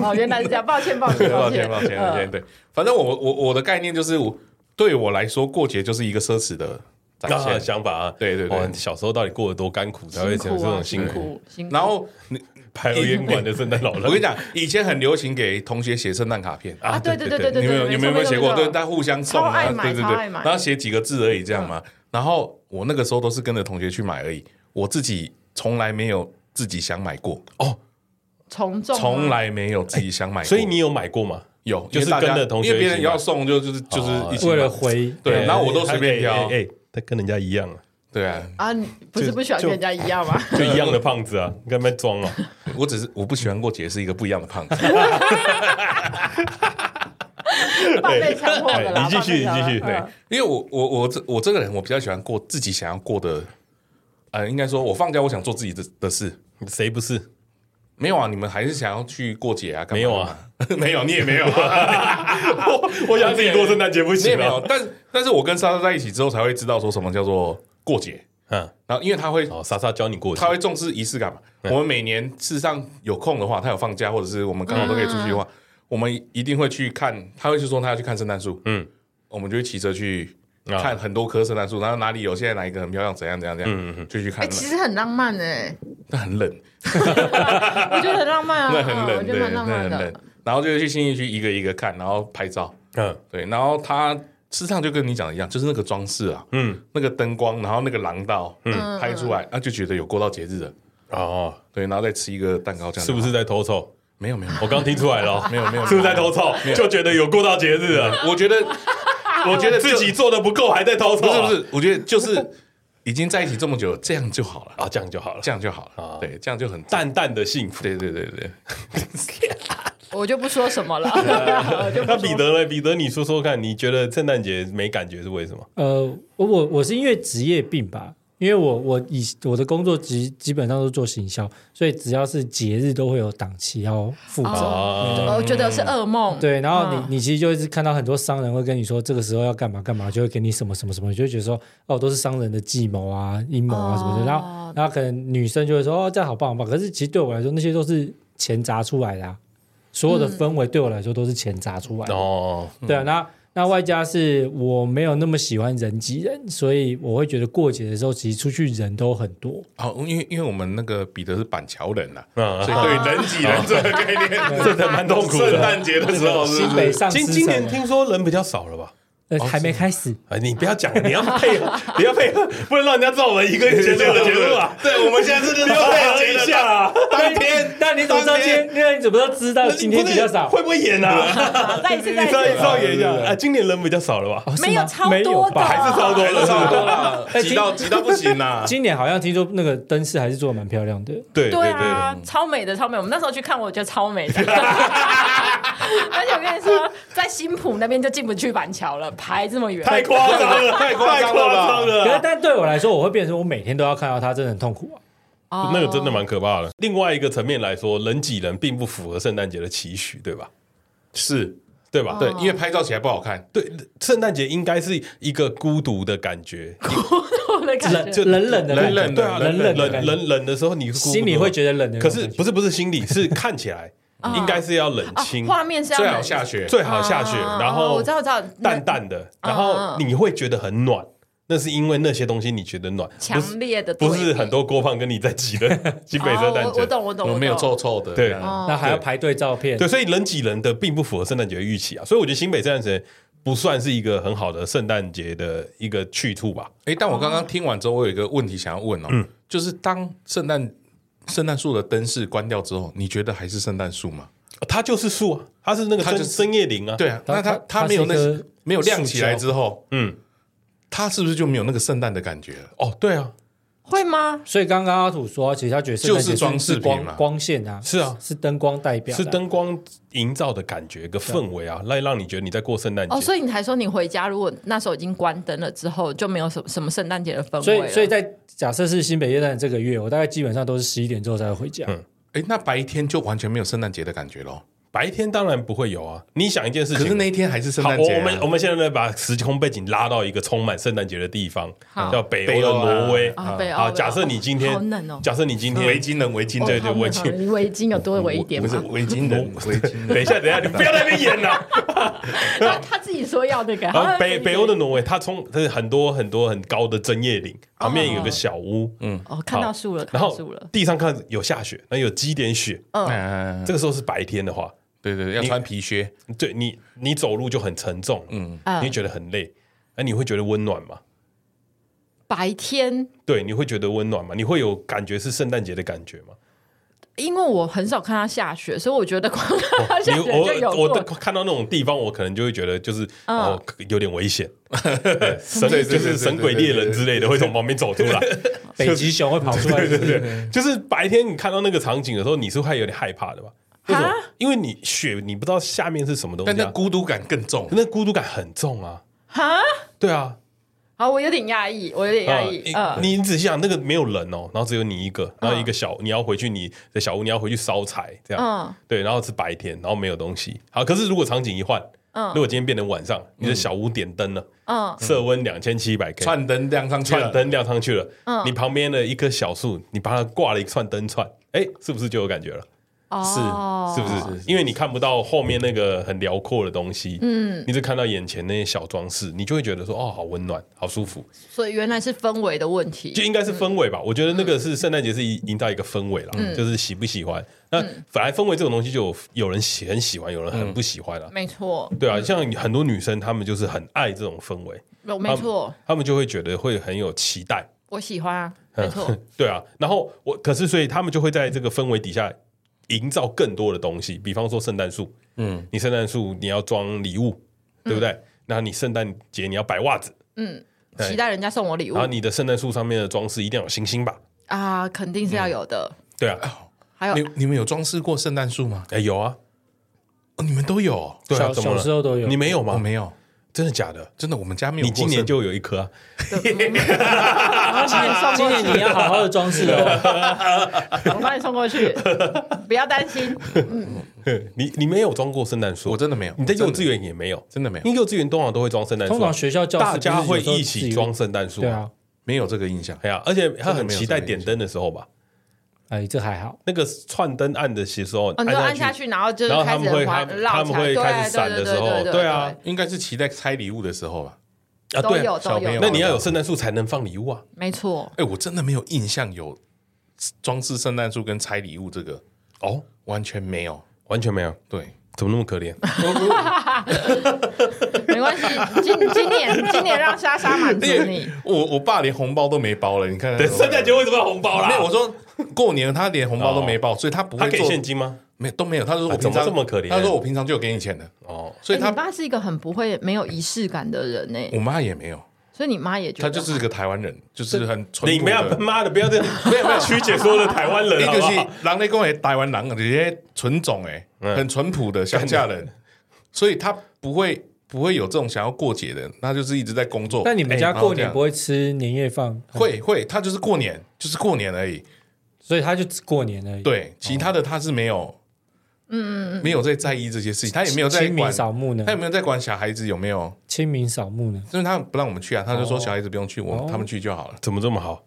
A: 哦，原来是这样，抱歉，抱歉，
D: 抱
A: 歉，
D: 歉，抱歉，抱歉。
A: 嗯。
D: 对，反正我我我的概念就是，我对我来说，过节就是一个奢侈的展
B: 啊，
D: 现。
B: 想法啊，
D: 对对对
B: 哇你小时候到底过得多甘苦，才会
A: 辛
B: 有这
A: 苦啊，
B: 种辛苦？
A: 苦，辛苦。
D: 然后你，
B: 排油烟管的圣诞老人，
D: 我跟你讲，以前很流行给同学写圣诞卡片，
A: 啊，对对对对
D: 你们有
A: 对
D: 你们有没有写过？
A: 错
D: 对，
A: 错
D: 大家互相送
A: 超爱
D: 啊，
A: 买
D: 对对
A: 超
D: 对
A: 爱，买嗯
D: 然后写几个字而已，这样嘛。然后我那个时候都是跟着同学去买而已，我自己从来没有自己想买过，
A: 哦从众吗，啊
D: 从来没有自己想买过。
B: 所以你有买过吗？
D: 有
B: 就是
D: 因为大家
B: 跟着同学
D: 因为别
B: 一
D: 人
B: 起买
D: 要送，就就是就是
B: 哦
D: 一起买
C: 为了回
D: 对，然后我都随便
B: 哎
D: 挑
B: 哎，，哎他跟人家一样啊，
D: 对啊，
A: 啊，你不是
B: 就
A: 不喜欢
B: 就
A: 跟人家一样吗？
B: 就一样的胖子啊，你干嘛装啊？
D: 我只是我不喜欢过节，是一个不一样的胖子。
A: 半被强迫的啦，
B: 哎你继续
A: 半被强
B: 你继
A: 迫
B: 续
A: 嗯
B: 对
D: 因为我我我这我这个人，我比较喜欢过自己想要过的，呃，应该说，我放假我想做自己的的事。
B: 谁不是？
D: 没有啊，你们还是想要去过节啊？
B: 嗯
D: 干嘛
B: 没有啊，
D: 没有，你也没有、啊，
B: 我想自己过圣诞节不
D: 你也
B: 行
D: 没有
B: 啊。。
D: 但但是我跟莎莎在一起之后，才会知道说什么叫做过节。
B: 嗯，
D: 然后，因为他会
B: 哦，莎莎教你过去
D: 他，会重视仪式感嘛。
B: 嗯
D: 我们每年事实上有空的话，他有放假，或者是我们刚好都可以出去的话，
B: 嗯
D: 我们一定会去看。他会去说他要去看圣诞树，
B: 嗯，
D: 我们就会骑车去
B: 啊
D: 看很多棵圣诞树，然后哪里有现在哪一个很漂亮，怎样怎样怎
B: 嗯嗯
D: 样，就去
A: 哎，
D: 看。
A: 其实很浪漫哎，
D: 但很冷，
A: 我觉得很浪漫啊，
D: 那很
A: 我
D: 冷，
A: 觉得
D: 对，
A: 蛮
D: 那
A: 浪漫
D: 很
A: 的
D: 冷。。然后就去新义区一个一个看，然后拍照。
B: 嗯
D: 对，然后他事实上就跟你讲的一样，就是那个装饰啊，
B: 嗯，
D: 那个灯光，然后那个廊道，
A: 嗯
D: 拍出来，那就觉得有过到节日了。
B: 哦，
D: 对，然后再吃一个蛋糕，这样
B: 是不是？在偷臭？
D: 没有没有
B: 我刚听出来了哦，
D: 没有没有，
B: 是不是在偷臭？就觉得有过到节日了，
D: 我 觉得，我觉得
B: 自己做的不够，还在偷臭
D: 不是
B: 啊，
D: 不是，我觉得就是已经在一起这么久，这样就好了，
B: 啊？这样就好了
D: 这，样就好
B: 啊
D: 了，对，这样就很赞。
B: 淡淡的幸福。
D: 对对对对，
A: 我就不说什么了，我就不
B: 那
A: 说
B: 彼得呢？彼得，你说说看，你觉得圣诞节没感觉是为什么？
C: 呃，我我我是因为职业病吧，因为我我以我的工作基基本上都做行销，所以只要是节日都会有档期要负责。
B: 哦
A: 我觉得是噩梦。
C: 对，然后你、
A: 嗯
C: 你其实就一直看到很多商人会跟你说这个时候要干嘛干嘛，就会给你什么什么什么，你就会觉得说哦都是商人的计谋啊、阴谋啊什么的。然后然后可能女生就会说哦这样好棒好棒，可是其实对我来说那些都是钱砸出来的、啊，所有的氛围对我来说都是钱砸出来的。
B: 哦，
C: 对啊，那那外加是我没有那么喜欢人挤人，所以我会觉得过节的时候，其实出去人都很多。
D: 哦，因为因为我们那个彼得是板桥人呐、
B: 嗯
D: 所以 对人挤人这个概念
B: 真的蛮痛苦
D: 圣
B: 的。
D: 诞节的时候是
C: 新
D: 不
C: 北
D: 是？
C: 上
B: 今
C: 司
B: 今年
C: 城
B: 听说人比较少了吧？
C: 呃还没开始，
B: 哎，你不要讲，你要配合，你要配合，不能让人家知道我们一个节目的节目啊！
D: 对，我们现在这个
B: 不要配合一下啊！
D: 当天，
C: 那你怎么知道今天？那你怎么知道知道今天比较少？
B: 会不会演啊？
A: 好，再一次，
B: 你
A: 再一
B: 稍微
A: 次。
B: 稍演一下，哎，今年人比较少了吧？
C: 哦是吗
A: 没有超
C: 没有
A: 多的，
C: 吧
B: 还是超多
D: 还是差不多
B: 的，
D: 啦，挤到挤到不行
B: 啊
D: 啦。
C: 呃今年好像听说那个灯饰还是做的蛮漂亮的，
B: 对
A: 对
B: 对
A: 啊，超美的，超美。我们那时候去看，我觉得超美 的。而且我跟你说，在新浦那边就进不去板桥了，排这么远，
B: 太夸张了，太夸张了
C: 可是
B: 吧！
C: 但对我来说，我会变成我每天都要看到它，真的很痛苦啊。
A: 哦
B: 那个真的蛮可怕的。另外一个层面来说，人挤人并不符合圣诞节的期许，对吧？
D: 是
B: 对吧？
D: 对，因为拍照起来不好看，
B: 对，圣诞节应该是一个孤独的感觉，
A: 我的感
C: 冷
A: 觉。
C: 就冷冷的感觉，
D: 冷冷
B: 对啊，
C: 冷冷的感
B: 冷
C: 觉，
B: 冷冷的时候，你是孤独的
C: 心里会觉得冷的那
B: 可
C: 种感
B: 是
C: 觉。
B: 不是不是心理，是看起来应该是要冷
A: 啊
B: 清，，
A: 画面是要
D: 最
A: 冷
D: 好下雪。
B: 最好下雪，
A: 啊
B: 然后
A: 我知道，我知道，
B: 淡淡
A: 嗯
B: 的，然后你会觉得很暖，那是因为那些东西你觉得暖，不
A: 强
B: 是
A: 烈的对
B: 不
A: 比，
B: 是很多锅胖跟你在挤 的新北圣
A: 哦
B: 诞
A: 我我
B: 节，
A: 懂，我懂，
D: 我没有
A: 懂
D: 臭臭的，
B: 对
D: 这样
A: 哦
C: 那还要排队照片
B: 对，，所以人挤人的并不符合圣诞节的预期啊，所以我觉得新北圣诞节不算是一个很好的圣诞节的一个去处吧。
D: 哎，但我刚刚听完之后，我有一个问题想要问哦，
B: 嗯
D: 就是当圣诞圣诞树的灯饰关掉之后，你觉得还是圣诞树吗？
B: 它就是树啊，它是那个
D: 它
B: 针
D: 就是
B: 针叶林啊，
D: 对啊，
C: 它
D: 那它
C: 它
D: 它没有那
C: 它是一棵
D: 没有亮起来之后，
B: 嗯，
D: 它是不是就没有那个圣诞的感觉了？
B: 哦，对啊，
A: 会吗？
C: 所以刚刚阿土说，其实他觉得圣诞节
D: 就是装饰
C: 是
D: 品
C: 光
D: 嘛
C: 光线啊，
B: 是啊
C: 是灯光代表的啊
B: 是灯光营造的感觉，一个氛围啊，来让你觉得你在过圣诞节。
A: 哦，所以你才说你回家，如果那时候已经关灯了之后，就没有什么什么圣诞节的氛围了。
C: 所以，
A: 啊
C: 所以在假设是新北夜诞这个月，我大概基本上都是十一点之后才会回家。
B: 嗯
D: 哎，那白天就完全没有圣诞节的感觉喽。
B: 白天当然不会有啊。你想一件事
D: 可是
B: 情，
D: 那一天还是圣
B: 好，
D: 诞
B: 我
D: 节啊。
B: 我们我们现在把时空背景拉到一个充满圣诞节的地方
A: 好，
B: 叫北欧的挪威。
A: 啊，北欧
B: 好，
A: 北欧
B: 假设你今
A: 好
B: 天，
A: 冷哦，
B: 假设你今
D: 围
B: 天，
D: 巾人，围巾
B: 对
D: 人，
B: 对
A: 哦好冷
B: 围巾
A: 好冷 围巾有多围一点
D: 嗯不是
A: 吗？
D: 围巾人，围巾人。
B: 等一下，等一下，你不要在那边演 了。
A: 他他自己说要那个，
B: 然后
A: 他
B: 北呃北欧的挪威，它从它是很多很多很高的针叶林，旁边有个小屋，嗯，
A: 哦，看到树了，看
B: 然
A: 到
B: 后
A: 树哦了，
B: 地上看有下雪，那有积点雪。
D: 嗯
B: 这个时候是白天的话，
D: 对对，对要穿皮靴。
B: 对你你走路就很沉重，嗯，你会
A: 嗯，
B: 觉得很累，那你会觉得温暖吗？
A: 白天，
B: 对，你会觉得温暖吗？你会有感觉是圣诞节的感觉吗？
A: 因为我很少看他下雪，所以我觉得光看他
B: 哦
A: 下
B: 你
A: 雪就有
B: 我我
A: 过
B: 的。看到那种地方，我可能就会觉得就是、
A: 嗯
B: 哦，有点危险，对神
D: 对对对
B: 就是神鬼猎人之类的会从旁边走出 来。
C: 北极熊会跑出来，
B: 对对对，就是白天你看到那个场景的时候，你是会有点害怕的吧？为什么
A: 哈？
B: 因为你雪，你不知道下面是什么东
D: 但
B: 西、
D: 那
B: 啊，
D: 孤独感更重。
B: 那孤独感很重啊。
A: 哈，
B: 对啊，
A: 好，我有点压抑，我有点压抑。
B: 啊
A: 嗯，
B: 你你仔细想，那个没有人哦，然后只有你一个，然后一个小，你要回去你的小屋，你要回去烧柴，这样，
A: 嗯
B: 对，然后是白天，然后没有东西。好，可是如果场景一换，如果今天变成晚上，你的小屋点灯了，
A: 嗯，
B: 色温两千七百 K，
D: 串灯亮上去了
B: 串，灯亮上去了，
A: 嗯
B: 你旁边的一棵小树，你把它挂了一串灯串，哎，是不是就有感觉了？
A: 哦，
B: 是不是？因为你看不到后面那个很辽阔的东西，嗯，你只看到眼前那些小装饰，你就会觉得说，哦，好温暖，好舒服，
A: 所以原来是氛围的问题。
B: 就应该是氛围吧。我觉得那个是圣诞节是营造一个氛围啦，就是喜不喜欢。那反而氛围这种东西，就有有人喜很喜欢，有人很不喜欢啊。
A: 没错，
B: 对啊，像很多女生，她们就是很爱这种氛围，
A: 有没错，
B: 她们就会觉得会很有期待。
A: 我喜欢啊，没错，
B: 对啊，然后我可是所以他们就会在这个氛围底下营造更多的东西，比方说圣诞树，嗯，你圣诞树你要装礼物，对不对？那你圣诞节你要摆袜子，对
A: 期待人家送我礼物
B: 然后哎你的圣诞树上面的装饰一定要有星星吧？
A: 啊，肯定是要有的。
B: 对啊，
A: 还有
D: 你你们有装饰过圣诞树吗？
B: 哎有啊，
D: 哦，你们都有哦？
B: 对啊，
C: 小
B: 怎么
C: 小时候
B: 了？
C: 都有
B: 你。没有
D: 我
B: 吗？
D: 没有，
B: 真的假的？
D: 真的，我们家没有
B: 你
D: 过圣。
B: 今年就有一颗啊？
A: 送
C: 啊今
A: 过
C: 年你要好好的装饰哦，
A: 我帮你送 过去，不要担心。
B: 你你没有装过圣诞树？啊
D: 我真的没有，
B: 你在幼
D: 真的
B: 稚园也没有，
D: 真的没有
B: 因为幼稚园通常都会装圣诞树啊，
C: 通常学校教室
B: 大家
C: 不是
B: 会
C: 有时候
B: 一
C: 自
B: 起
C: 己
B: 装圣诞树，
C: 对啊，
D: 没有这个印象。
B: 哎呀，而且他很期待
D: 真的没有这个
B: 点灯的时候吧，
C: 哎，这还好，
B: 那个串灯按的时候，
A: 哦，你说按下，去，然后就是
B: 然后
A: 开
B: 他
A: 始
B: 们会
A: 环
B: 他
A: 绕
B: 他们会
A: 起来
B: 开始闪的时候
A: 对
B: 对啊
D: 应该是期待拆礼物的时候吧。
B: 啊，
A: 都
B: 对啊，
A: 有都
D: 小朋
A: 有
D: 友。
B: 那你要有圣诞树才能放礼物啊。
A: 没错，
D: 哎、我真的没有印象有装饰圣诞树跟拆礼物这个，
B: 哦，
D: 完全没有。
B: 完全没有，
D: 对，
B: 怎么那么可怜？
D: 哎
A: 没关系。今今年今年让莎莎满足 你，
D: 我我爸连红包都没包了，你看，
B: 对，圣诞节为什么要红包啦？哦
D: 没有，我说过年他连红包都没包，所以他不
B: 他
D: 会
B: 给
D: 做
B: 现，金吗？
D: 没都没有。他说我
B: 啊
D: 平常
B: 怎么这么可怜
D: 他说我平常就有给你钱的，
B: 哦，
D: 所以
A: 哎
D: 他
A: 你爸是一个很不会没有仪式感的人呢、
D: 我妈也没有，
A: 所以你妈也觉
D: 她
A: 得
D: 就是个台湾人，就是很淳
B: 你
D: 朴
B: 不要他
D: 的。
B: 妈的，不要 这没有没有曲解说的台湾
D: 一
B: 人好
D: 个
B: 不
D: 是
B: 好？
D: 人类公也台湾人，直接纯种哎，
B: 嗯
D: 很淳朴的乡下人，所以他不会不会有这种想要过节的，他就是一直在工作。
C: 但你们家
D: 然后
C: 过
D: 这样
C: 年不会吃年夜饭，
D: 会会，他就是过年，就是过年而已。
C: 所以他就只过年而已。，
D: 对，其他的他是没有，嗯嗯，没有在在意这些事情，他也没有在
C: 清明
D: 管，
C: 扫墓呢
D: 他？也没有在管小孩子有没有，
C: 清明扫墓呢？
D: 因为他不让我们去啊，他就说小孩子不用去，我们
C: 哦
D: 他们去就好了。
B: 怎么这么 好？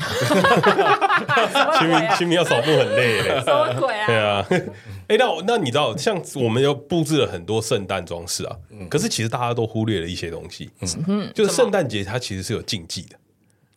A: 什么
B: 清
A: 鬼
B: 明
A: 啊？
B: 清明要扫墓很累嘞。
A: 什么鬼啊？
B: 对啊， 哎、那我那你知道，像我们又布置了很多圣诞装饰啊，
A: 嗯
B: 可是其实大家都忽略了一些东西，嗯，就是圣诞节它其实是有禁忌的，哦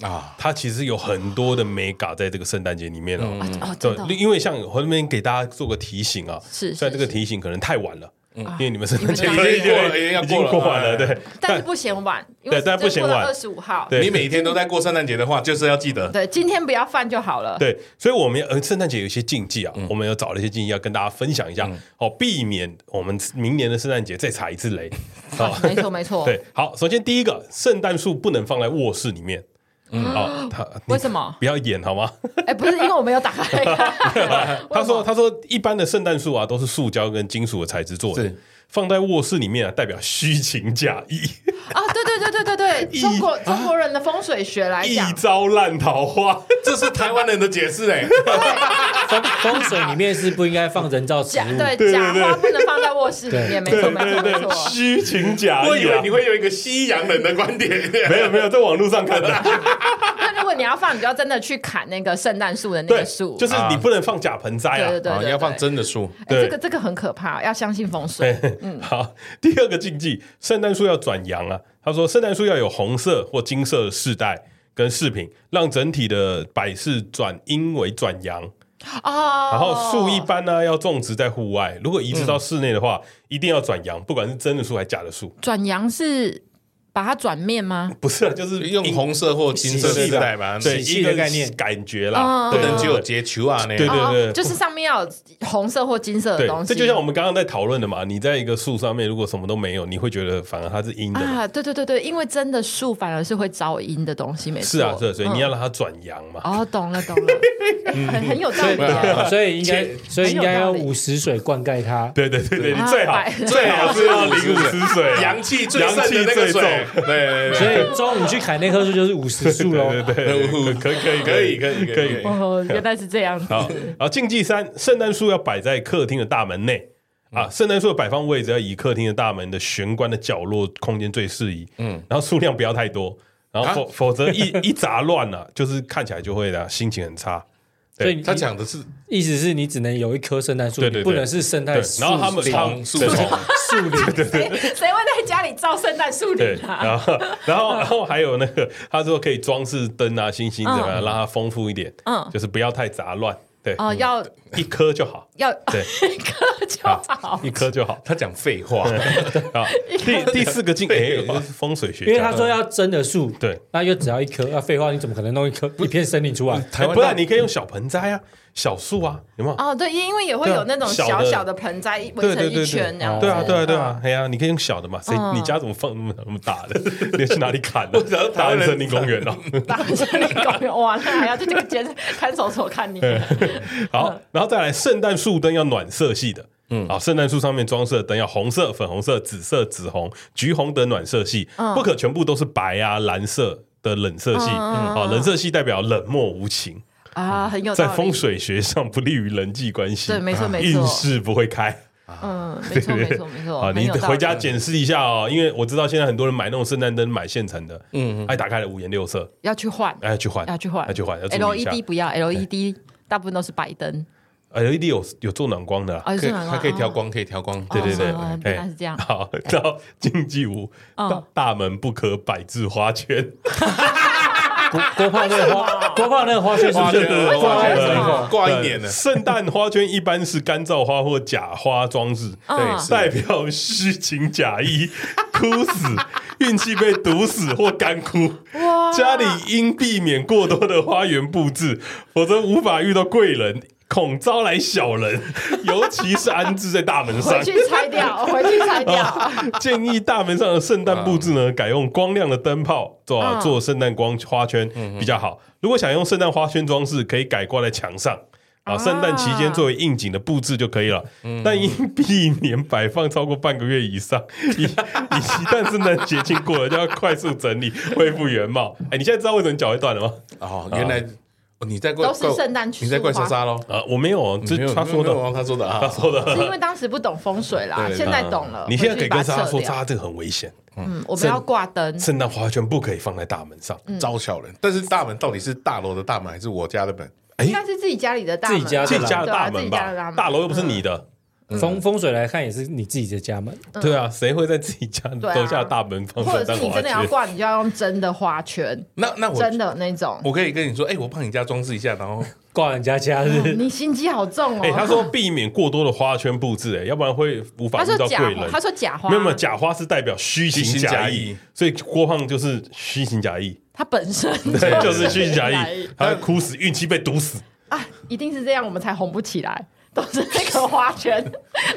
D: 啊，
B: 它其实有很多的美感在这个圣诞节里面哦。
A: 哦，
B: 对
A: 真的哦，，
B: 因为像我那边给大家做个提醒啊，
A: 是是嗯啊
B: 虽然这个提醒可能太晚了，因为你们圣诞节
A: 你们
B: 已经
D: 已经过了已经要
B: 已经
D: 过了
B: 过完了，
D: 哎
B: 对，
A: 但是不嫌晚，因为
B: 对但不嫌晚
A: 二十五号，
B: 对
D: 你每天都在过圣诞节的话，就是要记得
A: 对，今天不要犯就好了。
B: 对，所以我们呃，圣诞节有一些禁忌
A: 嗯
B: 啊，我们有找了一些禁忌要跟大家分享一下，哦，避免我们明年的圣诞节再踩一次 雷。哦好、
A: 啊，没错没错。
B: 对，好，首先第一个，圣诞树不能放在卧室里面。嗯，哦，他你
A: 为什么？
B: 不要演好吗？
A: 哎，不是，因为我没有 打开啊看。
B: 他说，他说一般的圣诞树啊都是塑胶跟金属的材质做的
D: 是，
B: 放在卧室里面啊代表虚情假意，
A: 啊，对对对对对对，中
B: 啊
A: 国中国人的风水学来
B: 一
A: 讲，
B: 招烂桃花。
D: 这是台湾人的解释哎。
C: 风风水里面是不应该放人造植
A: 假
C: 物，
A: 对
B: 嗯对
A: 假
B: 对
A: 花不能放在卧室里面，没错没错没错。
B: 虚情假
D: 我以
B: 意
D: 为
B: 啊
D: 你，会有一个西洋人的观点，
B: 没有没有，在网络上看的。
A: 那如果你要放，你就要真的去砍那个圣诞树的那
B: 对
A: 个树，，
B: 就是你
D: 啊
B: 不能放假盆栽啊
A: 对对。对
D: 啊，
A: 对，
D: 要放
A: 对。
D: 真的树，
A: 哎
B: 对
A: 这个这个很可怕，要相信风水。
B: 对， 好，第二个禁忌，圣诞树要转阳啊。他说，圣诞树要有红色或金色的饰带跟饰品，让整体的摆饰转阴为转阳。
A: 哦，
B: 然后树一般呢、要种植在户外，如果移植到室内的话，
D: 哦
B: 一定要转阳，不管是真的树还是假的树，
A: 转阳是把它转面吗？
B: 不是啊，就是
D: 用
B: 阴
D: 红色或金色
B: 系
D: 的
B: 的
D: 带吧，
B: 对
C: 喜气
B: 一个
C: 的概念
B: 感觉
A: 哦
B: 啦，
D: 不
B: 对
D: 能只有
B: 对
D: 结球啊那
B: 对
D: 样。
B: 对对
A: 哦，就是上面要有红色或金色的
B: 对
A: 东，
B: 这
A: 西。
B: 就像我们刚刚在讨论的嘛，你在一个树上面如果什么都没有，你会觉得反而它是阴的嘛，
A: 啊，对对对对，因为真的树反而是会招阴的东西，没错。
B: 是啊是啊，所以
A: 嗯
B: 你要嗯让它转阳嘛。
A: 哦，懂了 懂了，很很有道理啊。
C: 所以应该
D: 切
C: 所以应该
A: 很有道
C: 要
A: 理
C: 五十水灌溉它。
B: 对对对对，你
A: 啊
B: 最好
A: 白
B: 最好是要淋五十水，
D: 阳气最
B: 阳
D: 盛的
B: 气
D: 那个
B: 最重。
D: 水，对对对
C: 所以中午你去砍那棵树就是五十树喽。
B: 对对，对可可以
D: 可以可以可
B: 可
D: 以
B: 以。
A: 哦，原来是这样子。
B: 好，然后禁忌三，圣诞树要摆在客厅的大门内啊，圣诞树的摆放位置要以客厅的大门的玄关的角落空间最适宜。嗯，然后数量不要太多，然后否否则一一杂乱了，就是看起来就会的心情很差。
C: 所以
B: 对
C: 你
D: 他讲的是
C: 意思是你只能有一棵圣诞树，
B: 对
C: 你
B: 对对
C: 不能是圣
B: 对
C: 诞树。，
B: 然后他们他
D: 丛
B: 们
D: 树
B: 对
D: 丛
C: 树林，对
A: 谁谁会在家里造圣诞树
B: 对
A: 林，啊？
B: 然后然后然后还有那个，他说可以装饰灯啊、星星怎么样，让它丰富一点，
A: 嗯
B: 就是不要太杂乱，对，
A: 哦，要
B: 一颗就好，
A: 要
B: 嗯 对，
A: 一颗就好。
B: 一颗就好。
D: 他讲废话，
B: 啊， 第第四个禁忌，哎风水学 家，
C: 因为他说要真的树，
B: 对，
C: 那又只要一棵，那废话，你怎么可能弄一棵一片森林 出来？
B: 哎
D: 台湾
B: 不然
D: 到
B: 你可以用小盆栽啊、小树啊，有没有？
A: 哦，对，因为也会有那种
B: 啊小
A: 小
B: 的
A: 小的盆栽围
B: 对
A: 成
B: 对
A: 一
B: 对
A: 圈
B: 对，
A: 那样子。
B: 对啊对啊对
A: 嗯
B: 啊，哎呀，你可以用小的嘛，谁
A: 嗯
B: 你家怎么放那么那么大的？ 你要去哪里砍的
D: 我想到？台
B: 大
D: 湾人
B: 安森林公园哦。
A: 大森林公园，哇，那还要去这个监看守所看你。
B: 好，然后再来，圣诞树灯要暖色系的。嗯，好，圣诞树上面装饰的灯要红色、粉红色、紫色、紫红、橘红等暖色系，
A: 嗯
B: 不可全部都是白啊、蓝色的冷色系。
A: 嗯
B: 好，冷色系代表冷漠无情，
A: 啊，很有道
B: 在
A: 理。
B: 风水学上不利于人际关系。
A: 对，没错没
B: 运
A: 错，
B: 势不会开。
A: 嗯，没错没错没错，
B: 好，
A: 很
B: 啊你
A: 有道
B: 回
A: 理
B: 家检视一下哦，因为我知道现在很多人买那种圣诞灯，买现成的，嗯，哎，打开了五颜六色，
A: 要去换，
B: 哎，去换，
A: 要去换，E
B: 要去换，要注意一下。哎
A: LED 不要 LED 大部分都是白灯。
B: LED E 有有做暖光的啦。啊
A: 哦，
D: 可
A: 是
D: 以，
A: 暖
D: 它
A: 光，
D: 可以调
A: 哦。
D: 光，可以调光，
A: 哦
D: 对对对
A: 哦。
B: 哎
A: 哦原来是这样。
B: 好，到竞技舞，
A: 嗯
B: 大大门不可摆置花圈，
C: 郭郭胖那个花，郭胖那个花圈是不
D: 花
C: 是
D: 圈对
C: 挂
D: 花
C: 在
D: 圈
C: 门口？
D: 对挂一年的
B: 对，圣诞花圈一般是干燥花或假花装饰，
A: 嗯
D: 对是
B: 代表虚情假意、 枯死、运气被毒死或干枯。
A: 哇
B: 家里应避免过多的花园布置，否则无法遇到贵人，恐招来小人，尤其是安置在大门上
A: 回。去拆 掉，回去
B: 哦
A: 拆掉。
B: 建议大门上的圣诞布置呢，改用光亮的灯泡做、
A: 嗯
B: 做圣诞光花圈
D: 嗯
B: 比较好。如果想用圣诞花圈装饰，可以改挂在墙上。啊，
A: 啊
B: 圣诞期间作为应景的布置就可以了，
D: 嗯
B: 但应 避免摆放超过半个月以上，以以一旦圣诞节庆过了，就要快速整理，恢复原貌。 哎，你现在知道为什么你脚会断了吗？
D: 哦，原来哦你在怪
A: 都是圣诞
D: 你在怪
A: 树花
D: 莎莎喽？
B: 啊，我没有哦，这
D: 没有
B: 他说
D: 没有
B: 的，
D: 没有他说的
B: 他
D: 啊，
B: 说的，
A: 是因为当时不懂风水啦，
D: 对
A: 现在懂了。啊
B: 你现在可以跟莎莎
A: 回
B: 说，
A: 去把
B: 莎
A: 它撤掉
B: 莎这个很危险，
A: 嗯，我们要挂灯，
B: 圣诞花圈不可以放在大门上。
A: 嗯
D: 招小人。但是大门到底是大楼的大门还是我家的门？
B: 哎
A: 应该是自己家里的大门，
C: 自己家
B: 自己家的
A: 对啊
B: 大门
A: 自己家的
B: 吧，大楼又不是你的。
C: 风风水来看也是你自己的家门，
B: 对啊，谁会在自己家
A: 嗯对啊
B: 楼下大门放
A: 或
B: 圣
A: 者
B: 诞
A: 是你
B: 花
A: 真的要
B: 圈？
A: 挂，你就要用真的花圈，
D: 那那我
A: 真的那种。
D: 我可以跟你说，哎，我帮你家装饰一下，然后
C: 挂人家家是
A: 你心机好重
B: 哎，他
A: 哦。
B: 说避免过多的花圈布置，哎，要不然会无法
A: 他
B: 遇
A: 说
B: 到
A: 假
B: 贵
A: 花，
B: 人
A: 他。说假花，
B: 没有没有，假花是代表虚情
D: 虚情
B: 假
D: 假
B: 意
D: 意，
B: 所以郭胖就是虚情假意，
A: 他本身
B: 对， 就是虚情假意
A: 意，
B: 他会哭死，运气被毒死。
A: 啊，一定是这样，我们才红不起来，都是那个花圈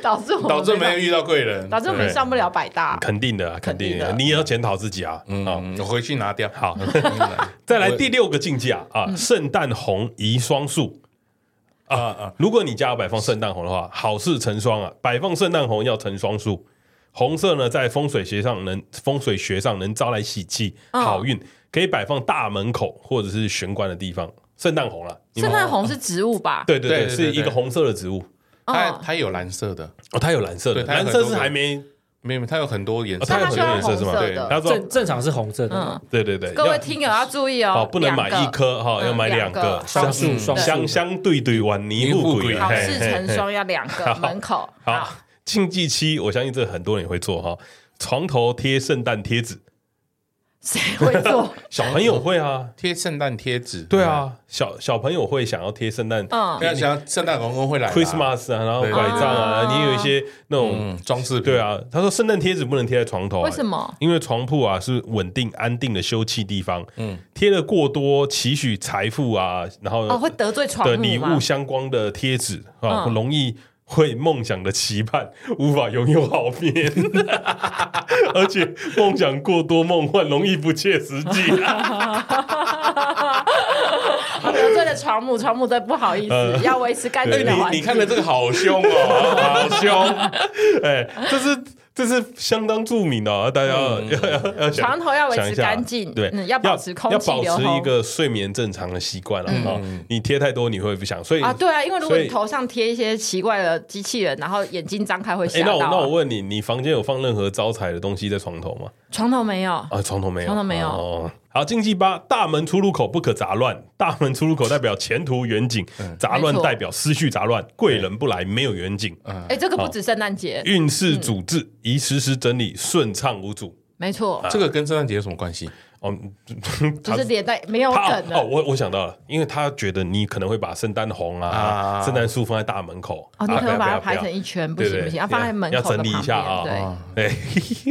A: 导 致我们
D: 导致没
A: 办
D: 有遇到贵人，
A: 导致我们
B: 对
A: 上不了百大。
B: 肯定的啊，肯定
A: 定
B: 的
A: 的，
B: 你也要检讨自己啊。啊，
D: 嗯，我回去拿掉。
B: 好，
A: 哦
D: 嗯
B: 再来第六个境界啊
A: 嗯
B: 啊，圣诞红宜双数。
D: 啊啊，
B: 如果你家有摆放圣诞红的话，好事成双啊！摆放圣诞红要成双数，红色呢在风水学上能风水学上能招来喜气、
A: 嗯
B: 好运，可以摆放大门口或者是玄关的地方。圣诞红了，你们
A: 圣诞红是植物吧？
B: 对对对，
D: 对对对
B: 是一个
D: 对
B: 红色的植物
D: 它
A: 嗯
D: 它有蓝色的，
B: 哦，它有蓝色的，
D: 对它有
B: 蓝
D: 很多
B: 色是还没，
D: 没有，它有很多颜
B: 哦
D: 色，
B: 它有很
A: 那它需
B: 多
A: 要
B: 颜色是吗？
A: 红色
B: 对，
A: 的
B: 他说
C: 正正常是红色的
A: 嗯，
B: 对对对，
A: 各位
B: 要
A: 听友要注意哦，
B: 哦不能买
A: 两
B: 一
A: 个
B: 颗哈，
A: 嗯
B: 要买两
A: 两
B: 个
A: 个，
C: 双数双数
B: 嗯相
C: 的
B: 相对对，晚泥
D: 泥
B: 护
D: 护
B: 鬼，啊
D: 鬼
A: 好
B: 嘿
A: 事
B: 嘿
A: 成
B: 嘿
A: 双要两个门口。
B: 好，禁忌期，我相信这很多人也会做哈。床头贴圣诞贴纸，
A: 谁会 做？
B: 小朋友会啊，
D: 贴圣诞贴纸，
B: 对，啊，小小朋友会想要贴圣诞
A: 嗯
D: 不，要想圣诞公公会来啦
B: Christmas 啊，然后
D: 对
B: 拐杖啊，
A: 啊
B: 你有一些那种
D: 嗯，装饰品
B: 对，啊，他说圣诞贴纸不能贴在床头啊，
A: 为什么？
B: 因为床铺啊是稳定安定的休憩地方，嗯，贴了过多期许财富啊，然后
A: 哦，会得罪床
B: 的
A: 母
B: 礼
A: 吗
B: 物相关的贴纸啊，
A: 嗯
B: 容易会梦想的期盼 无法拥有好眠， 而且梦想过多梦幻容易不切实际。
A: 哦得罪了床母，床母对不好意
B: 呃
A: 思，要维持干净的环
D: 你你
A: 境。
D: 看的这个好凶哦，好凶，
B: 哎，这是这是相当著名的哦，大家要要要要想
A: 床头要维
B: 想一
A: 持
B: 下
A: 干净，
B: 对，
A: 嗯，要保持空
B: 要
A: 气
B: 保
A: 流
B: 持一
A: 通。
B: 个睡眠正常的习惯了啊。你贴太多你会不想，所以
A: 啊，对啊，因为如果
B: 所以
A: 你头上贴一些奇怪的机器人，然后眼睛张开会
B: 哎，
A: 吓
B: 那
A: 到
B: 我
A: 啊。
B: 那我问你，你房间有放任何招财的东西在床头吗？
A: 床头没有，
B: 啊，床头没有，
A: 床头没有
B: 哦，好，禁忌八，大门出入口不可杂乱。大门出入口代表前途远景，杂乱
A: 没错
B: 代表思绪杂乱，贵人不来，没有远景，
A: 哎，这个不止圣诞节，
B: 运势主
A: 嗯
B: 治，宜时时整理，顺畅无阻。
A: 没错，
B: 啊
D: 这个跟圣诞节有什么关系？
B: 哦，
A: 就是连带没有
B: 他
A: 梗
B: 哦，
A: 了。
B: 我我想到了，因为他觉得你可能会把圣诞红啊、
D: 啊
B: 圣诞树放在大门口，
A: 哦，你可
B: 啊
A: 能把它
B: 不要
A: 排
B: 不要
A: 成一圈，不
B: 对对
A: 行不行，要放在门
B: 要
A: 口的
B: 整理一
A: 旁
B: 下啊
A: 边，
B: 对，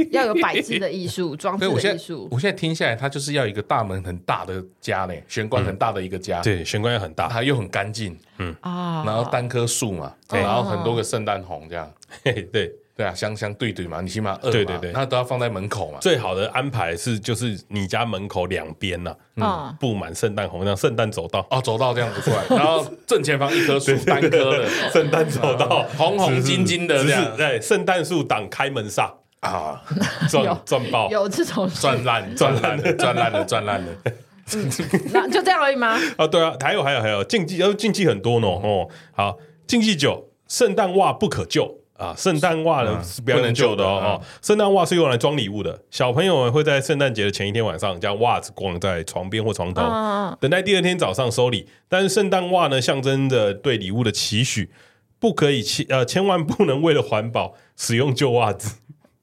A: 对，要有摆置的艺 术，装
D: 所
A: 置
D: 以我
A: 的
D: 现
A: 艺
D: 在
A: 术。
D: 我现在听下来，它就是要一个大门很大的家嘞，玄关很大的一个家，，
B: 对，玄关也很大，
D: 它又很干净，
A: 啊，
D: 然后单棵树嘛，
A: 对
D: 然后很多个圣诞红这样，
B: 嘿，对。
D: 对啊，相相对对嘛，你起码二嘛，
B: 对对对
D: 那都要放在门口嘛，
B: 最好的安排是，就是你家门口两边啊呐、
A: 嗯
B: 布满圣诞红，像圣诞走 道，
D: 哦，走道这样子过来，然后正前方一棵 树，单棵的
B: 圣诞走道，
D: 红红金金的
B: 只
D: 这
B: 是
D: 样
B: 对，圣诞树挡开门煞，
D: 啊，
B: 赚
A: 有
B: 赚爆。
A: 有这种，
D: 赚烂赚烂了，赚烂了，赚烂了，
A: 那就这样而已吗？
B: 啊，对啊，还有还有还有禁忌，要禁忌很多呢哦。好，禁忌九，圣诞袜不可救，啊，圣诞袜呢
D: 嗯
B: 是不要用旧的
D: 不能旧的
B: 哦
D: 嗯。
B: 哦圣诞袜是用来装礼物的，小朋友们会在圣诞节的前一天晚上将袜子挂在床边或床
D: 啊
B: 头，
A: 嗯
B: 等待第二天早上收礼。但是圣诞袜呢，象征着对礼物的期许，不可以千呃，千万不能为了环保使用旧袜子。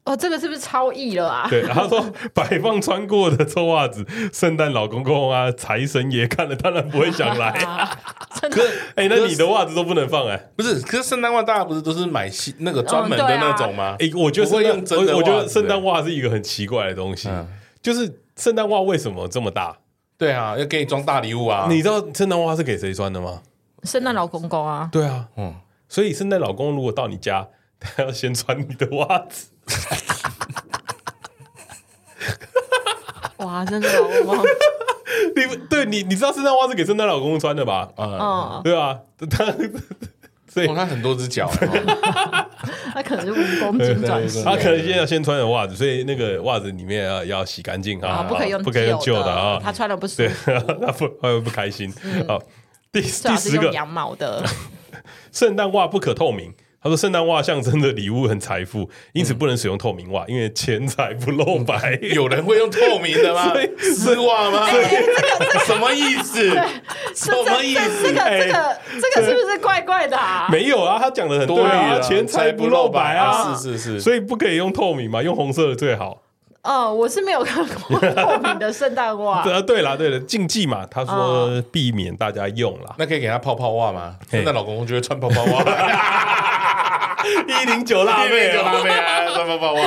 A: 哦，这个是不是超意了 啊？
B: 对，他说摆放穿过的臭袜子，圣诞老公公啊、财神爷看了当然不会想来。
D: 可
B: 哎、那你的袜子都不能放哎、
D: 不是，可是圣诞袜大家不是都是买新那个专门的
A: 嗯对啊
D: 那种吗？
B: 哎、我觉得
D: 不会
B: 圣诞
D: 用真的
B: 我我觉
D: 袜
B: 得
D: 子欸
B: 圣诞袜是一个很奇怪的东西，
D: 嗯
B: 就是圣诞袜为什么这么大？
D: 对啊，要给你装大礼物啊！
B: 你知道圣诞袜是给谁穿的吗？
A: 圣诞老公公啊，
B: 对啊，
D: 嗯
B: 所以圣诞老公如果到你家， 他要先穿你的袜子。
A: 哇，真的老公 公，
B: 你不对你你知道圣诞袜是给圣诞老公穿的吧？
D: 啊，
A: 嗯，
B: 对啊， 他所以
D: 哦，它很多只脚，
A: 那可能就 蜈蚣精转世
B: 他
A: 欸。
B: 可能先要先穿着袜子，所以那个袜子里面要要洗干净
A: 啊，
B: 啊，
A: 不可以用
B: 不可以用旧
A: 旧
B: 的啊，
A: 他穿了不舒
B: 对
A: 服，，
B: 那不会不开心。好，第第
A: 最好是
B: 十
A: 用
B: 个，
A: 羊毛的。
B: 圣诞袜不可透明。他说：“圣诞袜象征着礼物很财
A: 嗯
B: 富，因此不能使用透明袜，因为钱财不露白。
D: 有人会用透明 的吗
B: 所以？
D: 丝袜吗？什么意思？
B: 啊
A: 这
D: 什么意
A: 这这
D: 思？
A: 个这个这个是不是怪怪的啊？
B: 没有啊，他讲的很
D: 多
B: 对啊，
D: 了，
B: 钱财不露白啊，
D: 是是是，
B: 所以不可以用透明嘛，用红色的最好。
A: 哦，我是没有看过透明的圣诞 袜
B: 对，啊，对啦，对了，禁忌嘛，他说
A: 哦
B: 避免大家用啦。
D: 那可以给他泡泡袜吗？
B: 嘿
D: 圣诞老公公就会穿泡泡 袜，
B: 一零九辣妹
D: 就
B: 啊，
D: 拉妹啊，穿泡泡袜，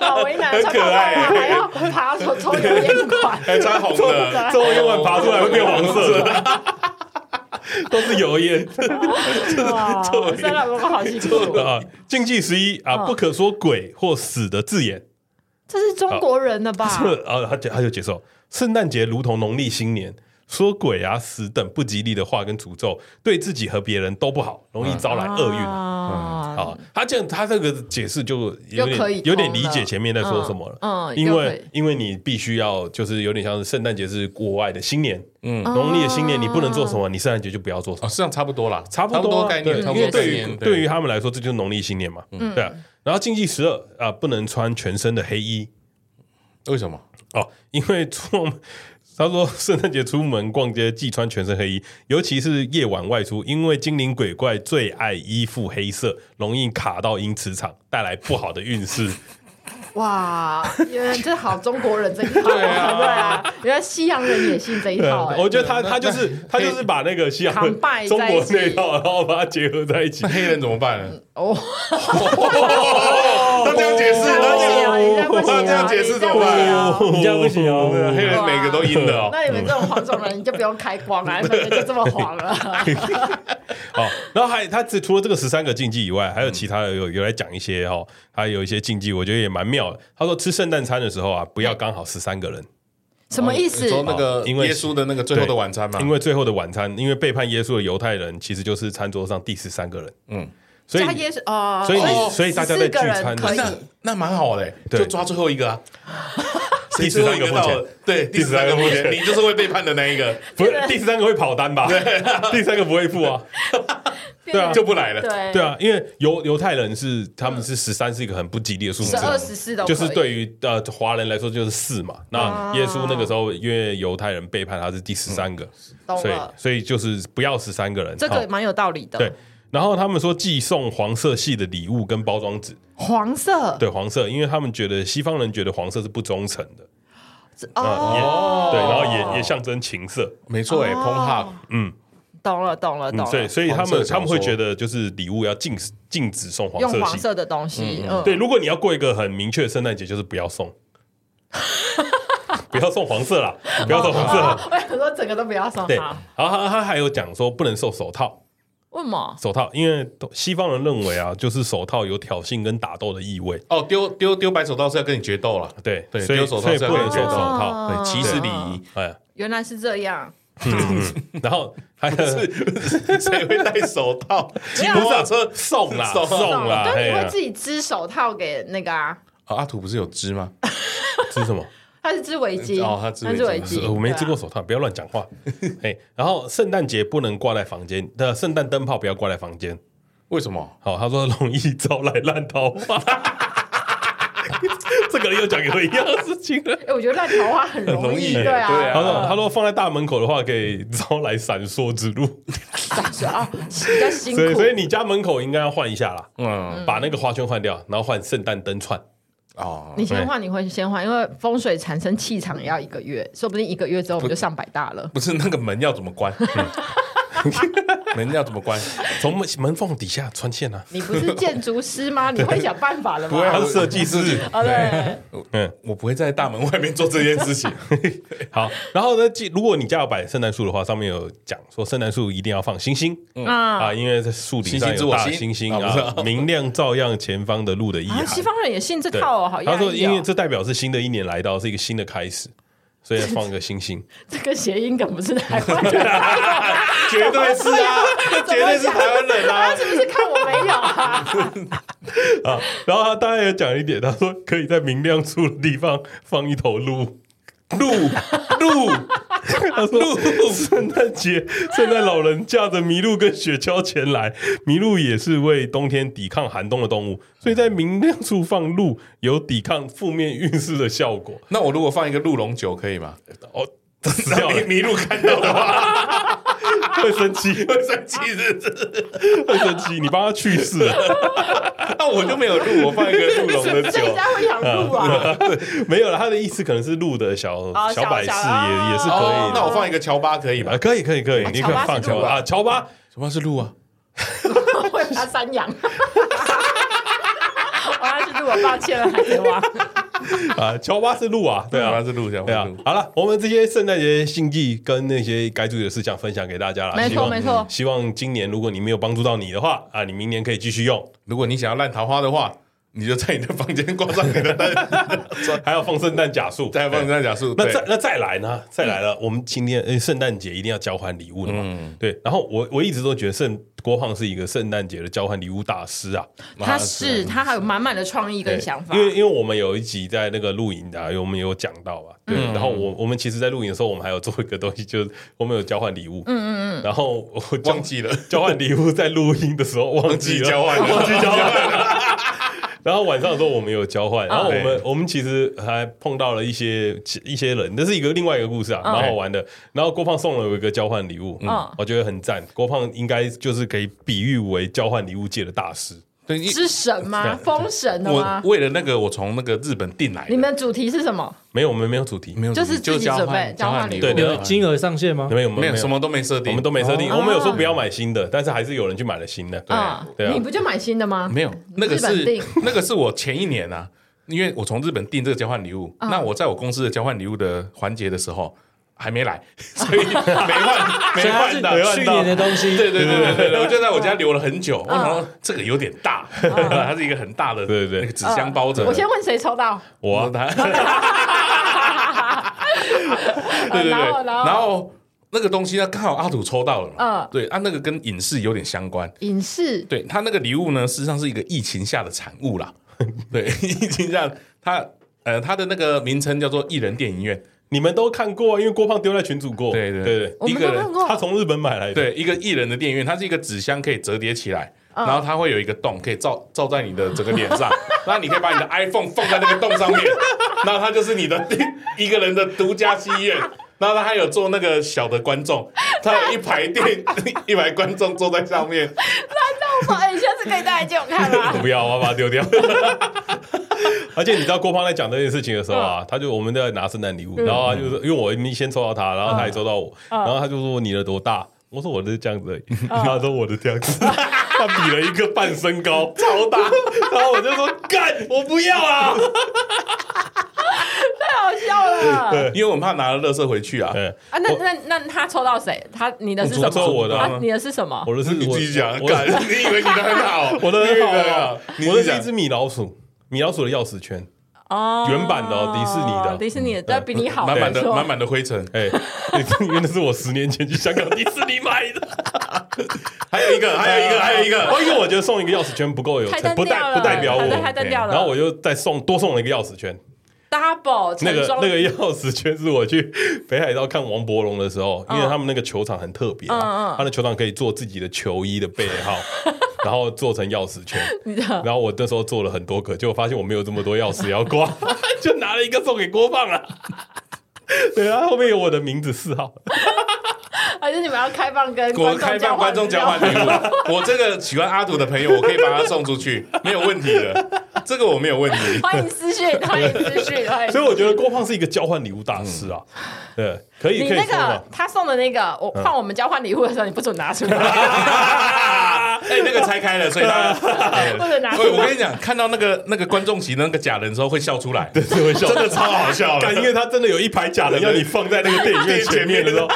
A: 好为难，
B: 很
A: 穿泡泡
B: 可爱
A: 袜还要爬从抽油烟管。
B: 哎
D: 还 穿红的，
B: 最后用完爬出来会变黄色的， 都是油烟。”
A: 哇，圣诞老公公好辛苦，
B: 啊，禁忌十一啊，
A: 嗯
B: 不可说“鬼”或“死”的字眼。
A: 这是中国人的吧？
B: 这啊，他解他就解受，圣诞节如同农历新年，说鬼啊、死等不吉利的话跟诅咒，对自己和别人都不好，容易招来厄运。
A: 啊，
B: 啊，他这样，他这个解释就有
A: 又可
B: 点
A: 以通了
B: 有点理解前面在说什么了。
A: 嗯嗯
B: 因
A: 又可
B: 为
A: 以
B: 因为你必须要就是有点像是圣诞节是国外的新年，
D: 嗯，
B: 农历的新年你不能做
A: 啊
B: 什么，你圣诞节就不要做什么
D: 哦，。实际上差不多啦，
B: 差不
D: 不
B: 多啊
D: 概
B: 对
D: 念，差不
B: 因为
D: 多概
B: 对于
D: 念，嗯
B: 对于他们来说，这就是农历新年嘛，对啊。然后禁忌十二啊，不能穿全身的黑衣
D: 为什么？
B: 哦，因为出他说圣诞节出门逛街忌穿全身黑衣，尤其是夜晚外出，因为精灵鬼怪最爱依附黑色，容易卡到阴磁场，带来不好的运 势。
A: 哇，原来这好中国人这一套， 对啊，原来西洋人也信这一
B: 对
A: 套，
B: 啊，
A: 哎
B: 我觉得他
D: 对
B: 他就是他就是把那个西洋中
A: ，combine
B: 国
A: 在一起
B: 那一套，然后把它结合在一起
D: 那。黑人怎么办呢？
A: 哦，
D: 那这样解释，那这样
A: 你这样不行啊
D: 那这样解释怎么办啊？
C: 你这样不行哦，
D: 对黑人每个都赢了哦。
A: 那你们这种黄种人，你就不用开光了，你们就这么黄了。
B: 哦，然后还他只除了这个十三个禁忌以外，还有其他的有有来讲一些哦，还有一些禁忌，我觉得也蛮妙的。他说吃圣诞餐的时候啊，不要刚好十三个人，
A: 什么意
D: 你
A: 思？
D: 说那个
B: 因为
D: 耶稣的那个最后的晚餐嘛，
B: 因为最后的晚餐，因为背叛耶稣的犹太人其实就是餐桌上第十三个人，嗯
D: 嗯，
B: 所以
A: 加耶稣哦，
B: 所以你
A: 哦
B: 所以大家在聚餐的
A: 14个人
B: 时
A: 可
D: 那
A: 以
D: 那蛮好的，欸
B: 对
D: 就抓最后一个啊。
B: 第十三个目
D: 到
B: 前
D: 了，对，第十三个目前，你就是会背叛的那一个，
B: 不是第十三个会跑单吧？ 第三个不会付啊，对啊
A: 变成
D: 就不来了。
A: 对
B: 对啊，因为犹犹太人是他们是十三是一个很不吉利的数字
A: 十，二十四都可
B: 就
A: 以啊
B: 是对于呃华人来说就是四嘛。那耶稣那个时候因为犹太人背叛他是第十三个，
A: 嗯懂
B: 所以
A: 了，
B: 所以就是不要十三个人。
A: 这
B: 好
A: 个蛮有道理的。
B: 对，。然后他们说寄送黄色系的礼物跟包装纸，
A: 黄色
B: 对黄色，因为他们觉得西方人觉得黄色是不忠诚的，
A: 哦，
B: 对，然后也也象征情色，
D: 没错，哎，
A: 哦
D: 碰哈，
A: 懂了懂了
B: 嗯，
A: 懂
B: 所以
A: 了，
B: 所以他
D: 黄色
B: 们
D: 小
B: 他
D: 说
B: 们会觉得就是礼物要禁禁止送黄
A: 用
B: 色
A: 黄
B: 系。
A: 色的东西，嗯，
B: 对，，如果你要过一个很明确的圣诞节，就是不要送， 不要送黄色啦，不要送黄色。
A: 哦 我想说整个都不要送
B: 对，
A: 它，
B: 然后他他还有讲说不能送手套，
A: 为什么？
B: 手套，因为都西方人认为啊，就是手套有挑衅跟打斗的意味，
D: 哦，丢丢丢白手套是要跟你决斗了，
B: 对
D: 对
B: 所以
D: 丢手套
B: 所以
D: 是要
B: 不能送
D: 跟
B: 手
D: 人决斗
B: 套，
D: 对，歧视礼仪，
B: 哎，嗯
A: 原来是这样，
B: 然后还 有
D: 是谁会戴手套？骑
A: 有
D: 摩托车
B: 送啦
D: 送
B: 送啦，
A: 但
B: 哎
A: 你会
B: 呀，
A: 自己织手套给那个啊？
D: 啊阿土不是有织吗？
B: 是什么？
A: 它是织围
B: 嗯
A: 巾，
D: 哦它织围巾
A: 它围
B: 是
A: 巾，
B: 呃我没
A: 对啊
B: 织过手套，不要乱讲呃话。哎，然后圣诞节不能挂在房间，的圣诞灯泡不要挂在房间，
D: 为什么？
B: 好，他说容易招来烂桃花。 这个又讲给我一样的事情了。
A: 哎，我觉得烂桃花很
D: 很容易
A: 对啊，
D: 对啊
B: 他说：“他说放在大门口的话，可以招来闪烁之路，
A: 但 是啊，比较辛苦
B: 所以所以你家门口应该要换一下啦，
D: 嗯
B: 把那个花圈换掉，然后换圣诞灯串。
D: 啊，
A: 你先换，你会先换，因为风水产生气场也要一个月，说不定一个月之后我们就上百大了。
D: 不是那个门要怎么 关？门要怎么关？
B: 从门门缝底下穿线啊。
A: 你不是建筑师吗？你会想办法了
D: 不会啊
A: 吗？
B: 他是设计师
A: 好嘞，
B: 嗯，
D: 我不会在大门外面做这件事情。
B: 好。然后呢，记如果你家有摆圣诞树的话，上面有讲说圣诞树一定要放星星
A: 啊
B: 啊，因为在树顶上
D: 嗯星星之
B: 有
D: 我
B: 大
D: 心
B: 星星
D: 啊不是啊
B: 啊，明亮照亮前方的路的意
A: 啊，
B: 涵。
A: 西方人也信这
B: 对
A: 套哦，好
B: 他
A: 压
B: 说，
A: 抑
B: 因为
A: 哦。
B: 这代表是新的一年来到，是一个新的开始，所以要放一个星星。
A: 这个谐音梗不是台湾人，
D: 绝对是啊，这 绝对是台湾人啊！
A: 他是不是看我没有啊？
B: 啊，然后他当然也讲一点，他说可以在明亮处的地方放一头鹿，鹿鹿。他说：“圣诞节，圣诞老人驾着麋鹿跟雪橇前来，麋鹿也是为冬天抵抗寒冬的动物，所以在明亮处放鹿有抵抗负面运势的效果。
D: 那我如果放一个鹿茸酒可以吗？
B: 哦，死掉了，
D: 迷路看到的话，
B: 会生气，
D: 会生气是不是？
B: 会生气，你帮他去世了，
D: 那我就没有鹿，我放一个鹿茸 的
A: 这
D: 酒
A: 人。家会养鹿 啊？
B: 没有了。他的意思可能是鹿的小、
A: 哦小
B: 百事也
A: 小哦
B: 也是可以
D: 哦
B: 的，
D: 那我放一个乔巴可以吧
B: 啊，？可以可以可以，
A: 啊
B: 你
A: 乔
B: 可以
A: 巴
B: 放
A: 是鹿
B: 乔巴
A: 啊
B: 啊，乔巴
D: 乔巴是鹿啊，
A: 会把山羊。我要去录，我抱歉了，海贼王。
B: 啊，乔巴是鹿啊，对
D: 乔
B: 啊
D: 巴。是鹿，乔
B: 对
D: 巴
B: 啊
D: 是鹿，。
B: 好了，我们这些圣诞节禁忌跟那些该注意的事项分享给大家了。
A: 没错
B: 希望嗯
A: 没错
B: 希望今年如果你没有帮助到你的话啊，你明年可以继续 用，
D: 如果你想要烂桃花的话，你就在你的房间挂上你的灯，
B: 还要放圣诞假树，
D: 再放上假树。
B: 那
D: 对
B: 再那再来呢？再来
A: 嗯
B: 了，我们今天呃圣诞节一定要交换礼物的嘛？
D: 嗯
B: 对。然后我我一直都觉得圣郭胖是一个圣诞节的交换礼物大师啊，
A: 他是他还有满满的创意跟想法
B: 因。为因为我们有一集在那个露营的、啊，有我们有讲到啊，
A: 嗯
B: 对。然后我我们其实，在露营的时候，我们还有做一个东西，就是我们有交换礼物，嗯嗯嗯。然后我交
D: 忘记了，
B: 交换礼物，在录音的时候忘
D: 忘
B: 记
D: 记
B: 了
D: 交换了，
B: 忘记交换了。然后晚上的时候我们有交
D: 啊
B: 换，然后我们我们其实还碰到了一些一些人，那是一个另外一个故事啊，蛮好玩的。然后郭胖送了我一个交换礼物，
A: 嗯
B: 我觉得很赞。郭胖应该就是可以比喻为交换礼物界的大师。
D: 对，因
A: 是神吗？封神的
D: 我
A: 吗？
D: 为了那个，我从那个日本订来的。
A: 你们主题是什么？
B: 没有，我们没有主题，
D: 没有，
A: 就是自
D: 就
A: 己
D: 交
A: 准
D: 换
A: 备交换
D: 礼物，
B: 对
C: 有金额上限吗？
B: 啊没有，没
D: 没
B: 有
D: 有什。么都没设定，
B: 我们都没设定，
C: 哦
B: 我们有说不要买新的，但是还是有人去买了新的。
A: 啊
B: 对，
A: 你
B: 啊，
A: 不就买新的吗？
D: 没有，那个
A: 日本
D: 是
A: 订
D: 那个是我前一年啊，因为我从日本订这个交换礼物，
A: 嗯
D: 那我在我公司的交换礼物的环节的时候还没来，所 以没换，
C: 所
D: 没
C: 以它
D: 换到，没
C: 是
D: 换
C: 去
D: 到
C: 年。的东西。
D: 对对对对对对，我就在我家留了很久，我想说这个有点大，它是一个很大的，
B: 对对对
D: 那个纸箱包着。
A: 我先问谁抽到？
B: 我啊
D: 他，对对对，
A: 然后然后
D: 然后那个东西呢，刚好阿土抽到了嘛
A: 嗯，
D: 对，啊，那个跟影视有点相关，
A: 影视
D: 对他那个礼物呢，事实上是一个疫情下的产物啦。对，疫情下他呃他的那个名称叫做艺人电影院，
B: 你们都看过啊，因为郭胖丢在群组过。
D: 对对
B: 对对，
A: 我
D: 一
A: 们
D: 个
A: 都
D: 人
A: 看过
B: 他，从日本买来的。
D: 对一个艺人的电影院，它是一个纸箱可以折叠起来，
B: 嗯
D: 然后它会有一个洞可以照照在你的整个脸 上，那你可以把你的 iPhone 放在那个洞上面，那它就是你的一个人的独家戏院。然后他还有做那个小的观众，他有一排电 一排观众坐在上面，
A: 我说哎，你下次可以带来借我看吗？
B: 不要，我要把它丢掉。 而且你知道郭胖在讲这件事情的时候啊，他就我们在拿圣诞礼物，然后他就是因为我一先抽到他，然后他也抽到我，然后他就说你的多大？我说我的这样子而已， 他说我的这样子， 他比了一个半身高，超大， 然后我就说干，我不要啊！
A: 太好笑了。
D: 因为我很怕拿了垃圾回去啊。
B: 对，
A: 啊，那那那他抽到谁？他你的是什
B: 我抽到
A: 么？
B: 我的啊
A: 啊你的是什么？
B: 我的是
D: 你自己
B: 我
D: 讲，
B: 我
D: 干，你以为你的很好，
B: 我的很好啊，
D: 你
B: 我的
D: 自己
B: 是
D: 讲
B: 一只米老鼠，米老鼠的钥匙圈，
A: 哦
B: 原版的哦迪士尼的
A: 迪士尼的，但比你好，
D: 满满
A: 没
D: 的
A: 错
D: 满满的灰尘。
B: 哎，因为那是我十年前去香港迪士尼买的。
D: 还有一个， 还有一个，还有一个，
B: 哦，因为我觉得送一个钥匙圈不够有
A: 太
B: 诚，
A: 单
B: 不
A: 调
B: 代
A: 了，
B: 不代表我。
A: 他太单调了。
B: 然后我又再送多送了一个钥匙圈，
A: double
B: 那
A: 成
B: 个
A: 双
B: 那个钥匙圈是我去北海道看王伯龙的时候，因为他们那个球场很特别、
A: 嗯
B: 啊
A: 嗯，
B: 他的球场可以做自己的球衣的背 号，然后做成钥匙圈。
A: 你知道
B: 然后我那时候做了很多个，结果发现我没有这么多钥匙要 挂，就拿了一个送给郭胖了。对啊，后面有我的名字四号，
A: 还是你们要开放跟
D: 我
A: 观众
D: 开
A: 交换
D: 放观众交换礼物，我这个喜欢阿土的朋友，我可以把他送出去，没有问题的，这个我没有问题。
A: 欢迎私讯，欢迎私讯，欢迎。
B: 所以我觉得郭胖是一个交换礼物大师啊。对，可以
A: 嗯你
B: 可以
A: 那
B: 说嘛
A: 个。他送的那个，我换我们交换礼物的时候，你不准拿出来。
D: 哎、那个拆开了，所以大家哎
A: 不能拿出来
D: 喂我跟你讲，看到那个那个观众席那个假人的时候会笑出来，对，
B: 是会笑
D: 真的超好 笑
B: 干
D: 的。
B: 因 为他真的有一排假人要你放在那个电影院前面的时候，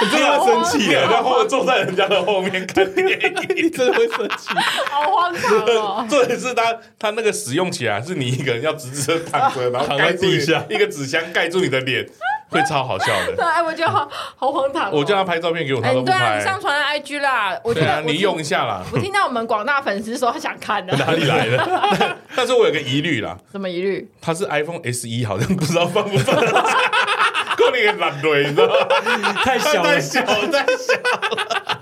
B: 你真的要生气
D: 然
B: 啊！
D: 后我坐在人家的后面看电影，
B: 真的会生气。
A: 好荒唐 哦！
D: 重点是他他那个使用起来是你一个人要直直的躺着，然后
B: 躺在
D: 盖住你
B: 地下
D: 一个纸箱盖住你的脸，会超好笑的。
A: 哎，我觉得好好荒唐哦。
D: 我叫他拍照片给我，他
A: 哎，
D: 都不
A: 对啊，
D: 拍
A: 你。上传了 IG 啦，我觉
D: 对
A: 得
D: 啊，
A: 我
D: 你
A: 听
D: 用一。下啦。
A: 我听到我们广大粉丝说他想看的，
D: 哪里来的？ 但是我有个疑虑啦，
A: 什么疑虑？
D: 它是 iPhone S 一，好像不知道放不放得下。够你个懒鬼，你知道吗？
C: 太小了
D: 太，小了，太小了，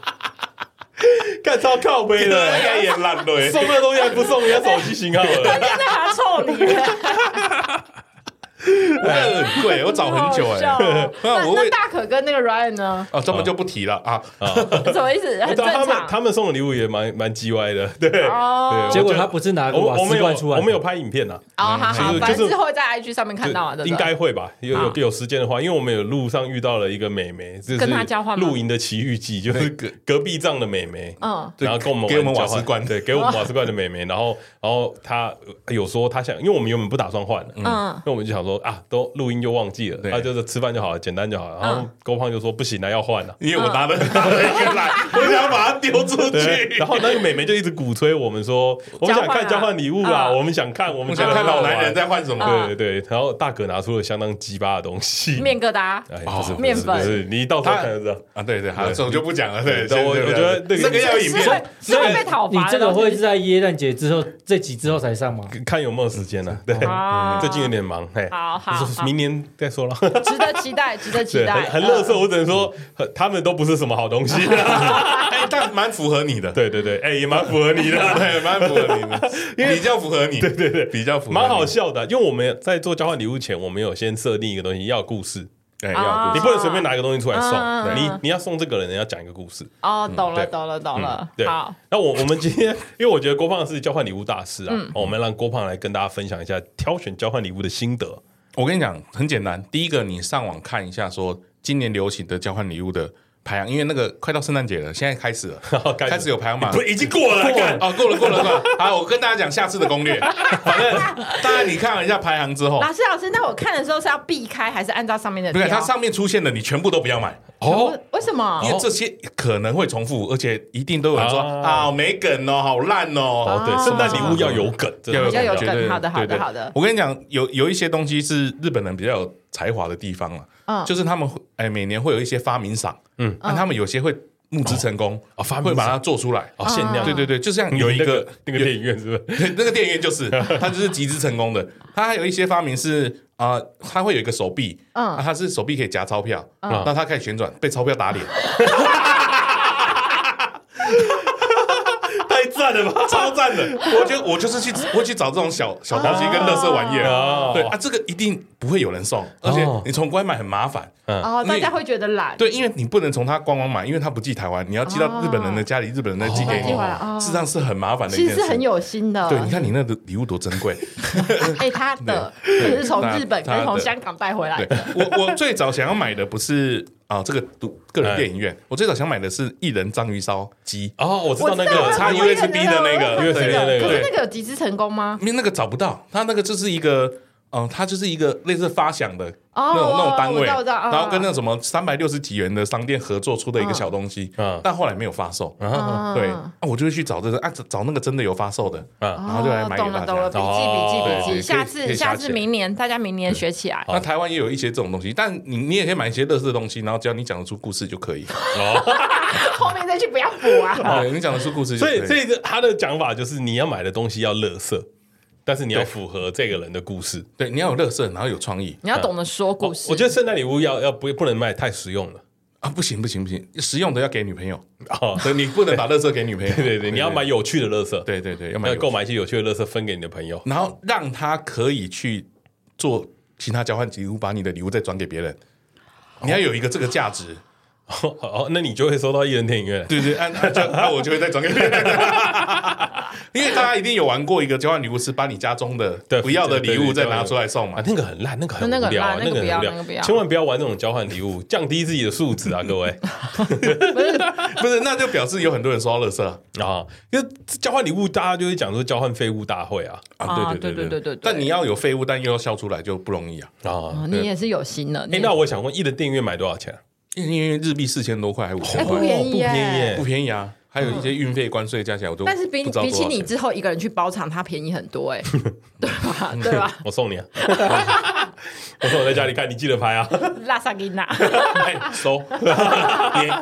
B: 干超靠背
D: 那
B: 的，
D: 个也烂对。
B: 送那东西还不送人家手机型号
A: 关
B: 了。
A: 键是 他臭你，啊
D: 那个很 贵，我找很久哎、
A: 好好笑哦
D: 那
A: 那
D: 我
A: 那
D: 为
A: 大可跟那个 Ryan 呢？
D: 哦，这么就不提了啊。
A: 什么意 思？很
B: 知道他
A: 正
B: 们
A: 常。
B: 他们送的礼物也蛮蛮叽歪的， 对对。
A: 哦
B: 我
C: 结果
B: 觉得
C: 他不是拿个
B: 我
C: 瓦
B: 们我
C: 斯
B: 们
C: 罐出
B: 有
C: 来，
B: 我们有拍影片呐，
A: 哦，好好
B: 就，是
A: 反
B: 就
A: 正
B: 是
A: 之后会在 IG 上面看到啊，对不对
B: 应该会吧？有
A: 好
B: 有有时间的话，因为我们有路上遇到了一个美眉，就是
A: 跟她交换吗
B: 露营的奇遇记，就是隔隔壁帐的美眉，
A: 嗯
B: 然后跟我们
D: 给我们
B: 玩
D: 瓦
B: 交换
D: 斯罐
B: 对，给
A: 哦
B: 我们瓦斯罐的美眉，然后然后她呃有说她想，因为我们原本不打算换的，
A: 嗯，
B: 那我们就想说啊，都录音就忘记了，
D: 对
B: 那、就是吃饭就好了，简单就好了。然后
A: 嗯
B: 郭胖就说不行了，啊要换了。
D: 因为我拿了拿了一个来， 我想把它丢出
B: 对，
D: 去。
B: 然后那个美眉就一直鼓吹我们说，我们想看交换礼物啦，
A: 嗯
B: 我们想看，我们
D: 我
B: 觉
D: 想
B: 得
D: 看
B: 很好
D: 老
B: 玩
D: 男人。在换什么。
A: 嗯
B: 对对对，然后大哥拿出了相当鸡巴的东
D: 嗯
B: 西，
A: 面疙瘩，
B: 哎，不是
A: 哦面粉
B: 不是，你一到时候看就知道。
D: 啊，对对，好，这我就不讲了。对，
B: 对我
D: 先
B: 我觉得
D: 对
B: 那个
D: 这个要有影
A: 是会
D: 片，
A: 是会被讨
C: 你
A: 伐
C: 这
A: 的东西。
C: 个会是在耶诞节之后这集之后才上吗？
B: 看有没有时间了、对，
A: 啊
D: 嗯
B: 最近有点忙，嘿，
A: 好好
B: 就是
A: 好
B: 明年再说了。
A: 值得期待，值得期
B: 对，
A: 待
B: 很，很乐色，
A: 嗯
B: 我只能说，很他们都不是什么好东西。
D: 哎，但蛮符合你的，
B: 对对对，哎、也蛮符合你的。
D: 对，蛮符合你 的，比较符合你，对对对，比较符合你，
B: 蛮好笑的，因为我们在做交换礼物前，我们有先设定一个东西，要有故事，
D: 哎，
A: 啊
D: 要
B: 你不能随便拿一个东西出来送，
A: 嗯嗯嗯
B: 你你要送这个人要讲一个故事。
D: 嗯
A: 哦，懂了，
B: 对
A: 懂了，懂了，
B: 对
A: 好，，
B: 那我我们今天，因为我觉得郭胖是交换礼物大师啊，
A: 嗯
B: 哦我们让郭胖来跟大家分享一下挑选交换礼物的心得。
D: 我跟你讲，很简单。第一个，你上网看一下，说今年流行的交换礼物的排行，因为那个快到圣诞节了，现在 开始了，
B: 开始
D: 开始有排行榜。
B: 不，已经过了，
D: 过了
B: 看
D: 哦，过了过了过了。好，我跟大家讲下次的攻略。反正当然你看了一下排行之后，
A: 老师，老师，那我看的时候是要避开，还是按照上面的
D: 哦不
A: 标？
D: 是它上面出现的，你全部都不要买，
B: 哦，
A: 为为什么
D: 因？为这些可能会重复，而且一定都有人说
B: 哦
D: 啊没梗哦，好烂
B: 哦
A: 啊
D: 哦，
B: 对，圣诞礼物要有梗，真的
D: 要有
A: 要有
D: 感
A: 梗
D: 觉。对
A: 好的好
D: 对
A: 的
D: 对
A: 好的
D: 我跟你讲，有有一些东西是日本人比较有才华的地方了，
A: 嗯
D: 就是他们会哎每年会有一些发明赏，嗯，那他们有些会募资成功
A: 啊
B: 哦发明
D: 会把
B: 赏
D: 它做出来。
B: 哦限量，
D: 对对对，就像有一
B: 那
D: 个
B: 那个电影院是 不是？
D: 那个店员就是他就是集资成功的，他还有一些发明是啊，呃他会有一个手臂，
A: 嗯
D: 啊他是手臂可以夹钞票，那他可以旋转，被钞票打脸，
B: 太赞了 吧！
D: 超赞 的！我觉得我就是去我去找这种小小东西跟乐色玩意
B: 哦
D: 儿，对啊，这个一定不会有人送，而且你从官买很麻烦，
A: 哦，大
D: 因为
A: 家会觉得懒，
D: 嗯对，因为你不能从他官网买，因为他不寄台湾，你要寄到日本人的家里，日本人再寄给
A: 哦
D: 你
A: 寄回来哦，
D: 事实上是很麻烦的一
A: 其
D: 件
A: 实是很
D: 事。
A: 有心的。
D: 对，你看你那个礼物多珍贵。
A: 哎，他的
D: 对
A: 这是从
D: 他
A: 日本
D: 他
A: 跟从
D: 的
A: 香港带回来
D: 对
A: 的，
D: 我我最早想要买的不是啊这个独个
A: 哎
D: 人电影院，我最早想买的是一人章鱼烧鸡，
B: 哦，我知道那
A: 我知道
B: 个
A: 我
D: 插
A: 我也
D: USB 的那个
A: 我
B: 对
A: 也
B: 对对对
A: 哦可
B: 对
A: 是那个有集资成功吗？
D: 因为那个找不到，它那个就是一个。嗯，它就是一个类似发想的
A: 哦
D: 那种那种单
A: 我
D: 位，
A: 知道我知道啊
D: 然后跟那什么三百六十几元的商店合作出的一个小东西
B: 嗯，
D: 但后来没有发售。
A: 嗯
D: 对，啊我就会去找这个啊，找找那个真的有发售的，
B: 啊，
D: 然后就来买给
A: 懂了
D: 大
A: 哦懂了，
D: 家
A: 笔。记笔记
D: 对
A: 笔
D: 对
A: 记，下
D: 可以可
A: 次
D: 以
A: 下
D: 下
A: 次
D: 起来
A: 明年大家明年学起来。
D: 那台湾也有一些这种东西，但你你也可以买一些乐色的东西，然后只要你讲得出故事就可以。嗯
A: 后面再去不要补啊。
D: 对，你讲得出故事就
B: 所
D: 可以。
B: 以所以这他的讲法就是你要买的东西要乐色，但是你要符合这个人的故事。
D: 对，你要有乐色，然后有创意
E: 你要懂得说故事。
B: 我觉得圣诞礼物要要不不能卖太实用了。
D: 啊！不行不行不行，实用的要给女朋友，
B: 哦，
D: 对你不能把乐色给女朋 友。
B: 对对对，你要买有趣的乐色，，
D: 对对对，要买
B: 要
D: 有
B: 购买一些有趣的乐色分给你的朋友。
D: 然后让他可以去做其他交换礼物，把你的礼物再转给别人。你要有一个这个价值，
B: 哦，哦那你就会收到一人电影 院。
D: 对对，按按按，啊我 就会再转给别人。 因为大家一定有玩过一个交换礼物，是把你家中的
B: 对
D: 不要的礼物再拿出来送
B: 啊
D: 嘛，。
B: 那个很烂，那个很
E: 那
B: 无
E: 个
B: 聊啊，
E: 很烂那个
B: 很
E: 不要
B: 无
E: 那个不
B: 聊，
E: 要
B: 千万不要玩那种交换礼物，降低自己的素质啊，各位
D: 不是，那就表示有很多人收到乐色啊。
B: 啊！因为交换礼物，大家就会讲说交换废物大会啊
E: 啊
D: 对
E: 对对对对对
D: 但你要有废物，但又要笑出来，就不容易啊。
B: 啊！
E: 哦你也是有心的。
B: 哎，
E: 你
B: 那我想问，一人电影院买多少钱？
D: 因为因为日币四千多块还五千
E: 哎不
D: 块，
E: 便宜耶
B: 哦不便宜
D: 不
B: 耶，
D: 便宜啊。还有一些运费、关税加起来，我都
E: 但是比
D: 不知道
E: 比
D: 多少
E: 起
D: 钱
E: 你之后一个人去包场，它便宜很多哎，对吧？对 吧？
B: 我送你啊！我说我在家里看，你记得拍啊，
E: 拉萨给娜，
B: 哎收。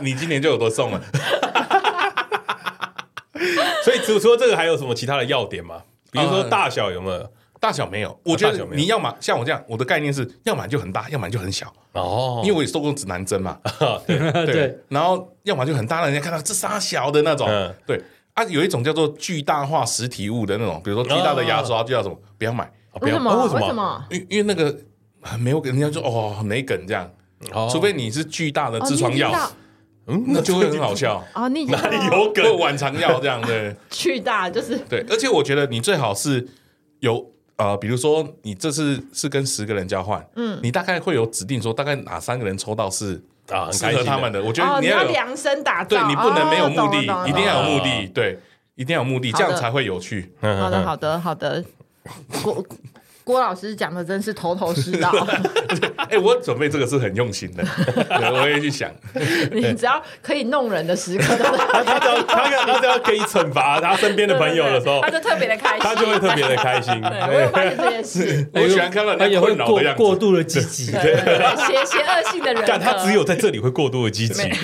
D: 你你 今年就有多送了。
B: 所以除除了这个，还有什么其他的要点吗？比如说大小有没有？
D: 大小没有，我觉
B: 哦大小
D: 得
B: 没有
D: 你要么像我这样，我的概念是，要么就很大，要么就很小，
B: 哦
D: 因为我也受过指南针 嘛，
C: 对，
D: 然后要么就很大，让人家看到这啥小的那种
B: 嗯，
D: 对啊，有一种叫做巨大化实体物的那种，比如说巨大的牙刷，就叫什么不要买，
B: 哦不
E: 为
B: 要
E: 什么？
B: 哦
E: 为
B: 什
E: 什？么？
D: 因为因为那个很没有梗，人家就哦很没梗这样，
B: 哦
D: 除非你是巨大的
E: 哦
D: 痔疮
E: 你已经
D: 呃药
E: 到，
B: 嗯
D: 那就会很好笑，
E: 哦，你已经
B: 哪里
E: 到
B: 有梗
D: 或晚肠药这样对。
E: 去大就是
D: 对，而且我觉得你最好是有呃，比如说你这次是跟十个人交换，嗯，你大概会有指定说大概哪三个人抽到是
B: 啊？很
D: 适
B: 开
D: 合
B: 心
D: 他们
B: 的。
D: 的。我觉
E: 哦，
D: 得
E: 你
D: 要
E: 要
D: 有，
E: 量身打造，
D: 对你不能没有
E: 哦
D: 目的，
E: 懂了懂了
D: 一定要有目
B: 懂了
D: 的，
C: 啊
D: 对，一定要有目的，这样
E: 好的
D: 才会有趣。
B: 嗯
E: 好的，
B: 嗯
E: 好的，好的。郭郭老师讲的真是头头是道，
D: 哎、我准备这个是很用心的，对我也去想。
E: 你只要可以弄人的时刻都是
B: 他他只要他他只要可以惩罚他身边的朋友的时候
E: 他，就特别的开心，
B: 他就会哎特别的开心。
E: 对，我有发现这件 事，
C: 哎
D: 我喜欢看到
C: 他
D: 人
C: 也
D: 家
C: 会
D: 困扰
C: 过
D: 的样
C: 过
D: 子。
C: 度的积极，
E: 对对对，邪邪恶性的人格，
B: 但他只有在这里会过度的积极
E: 没，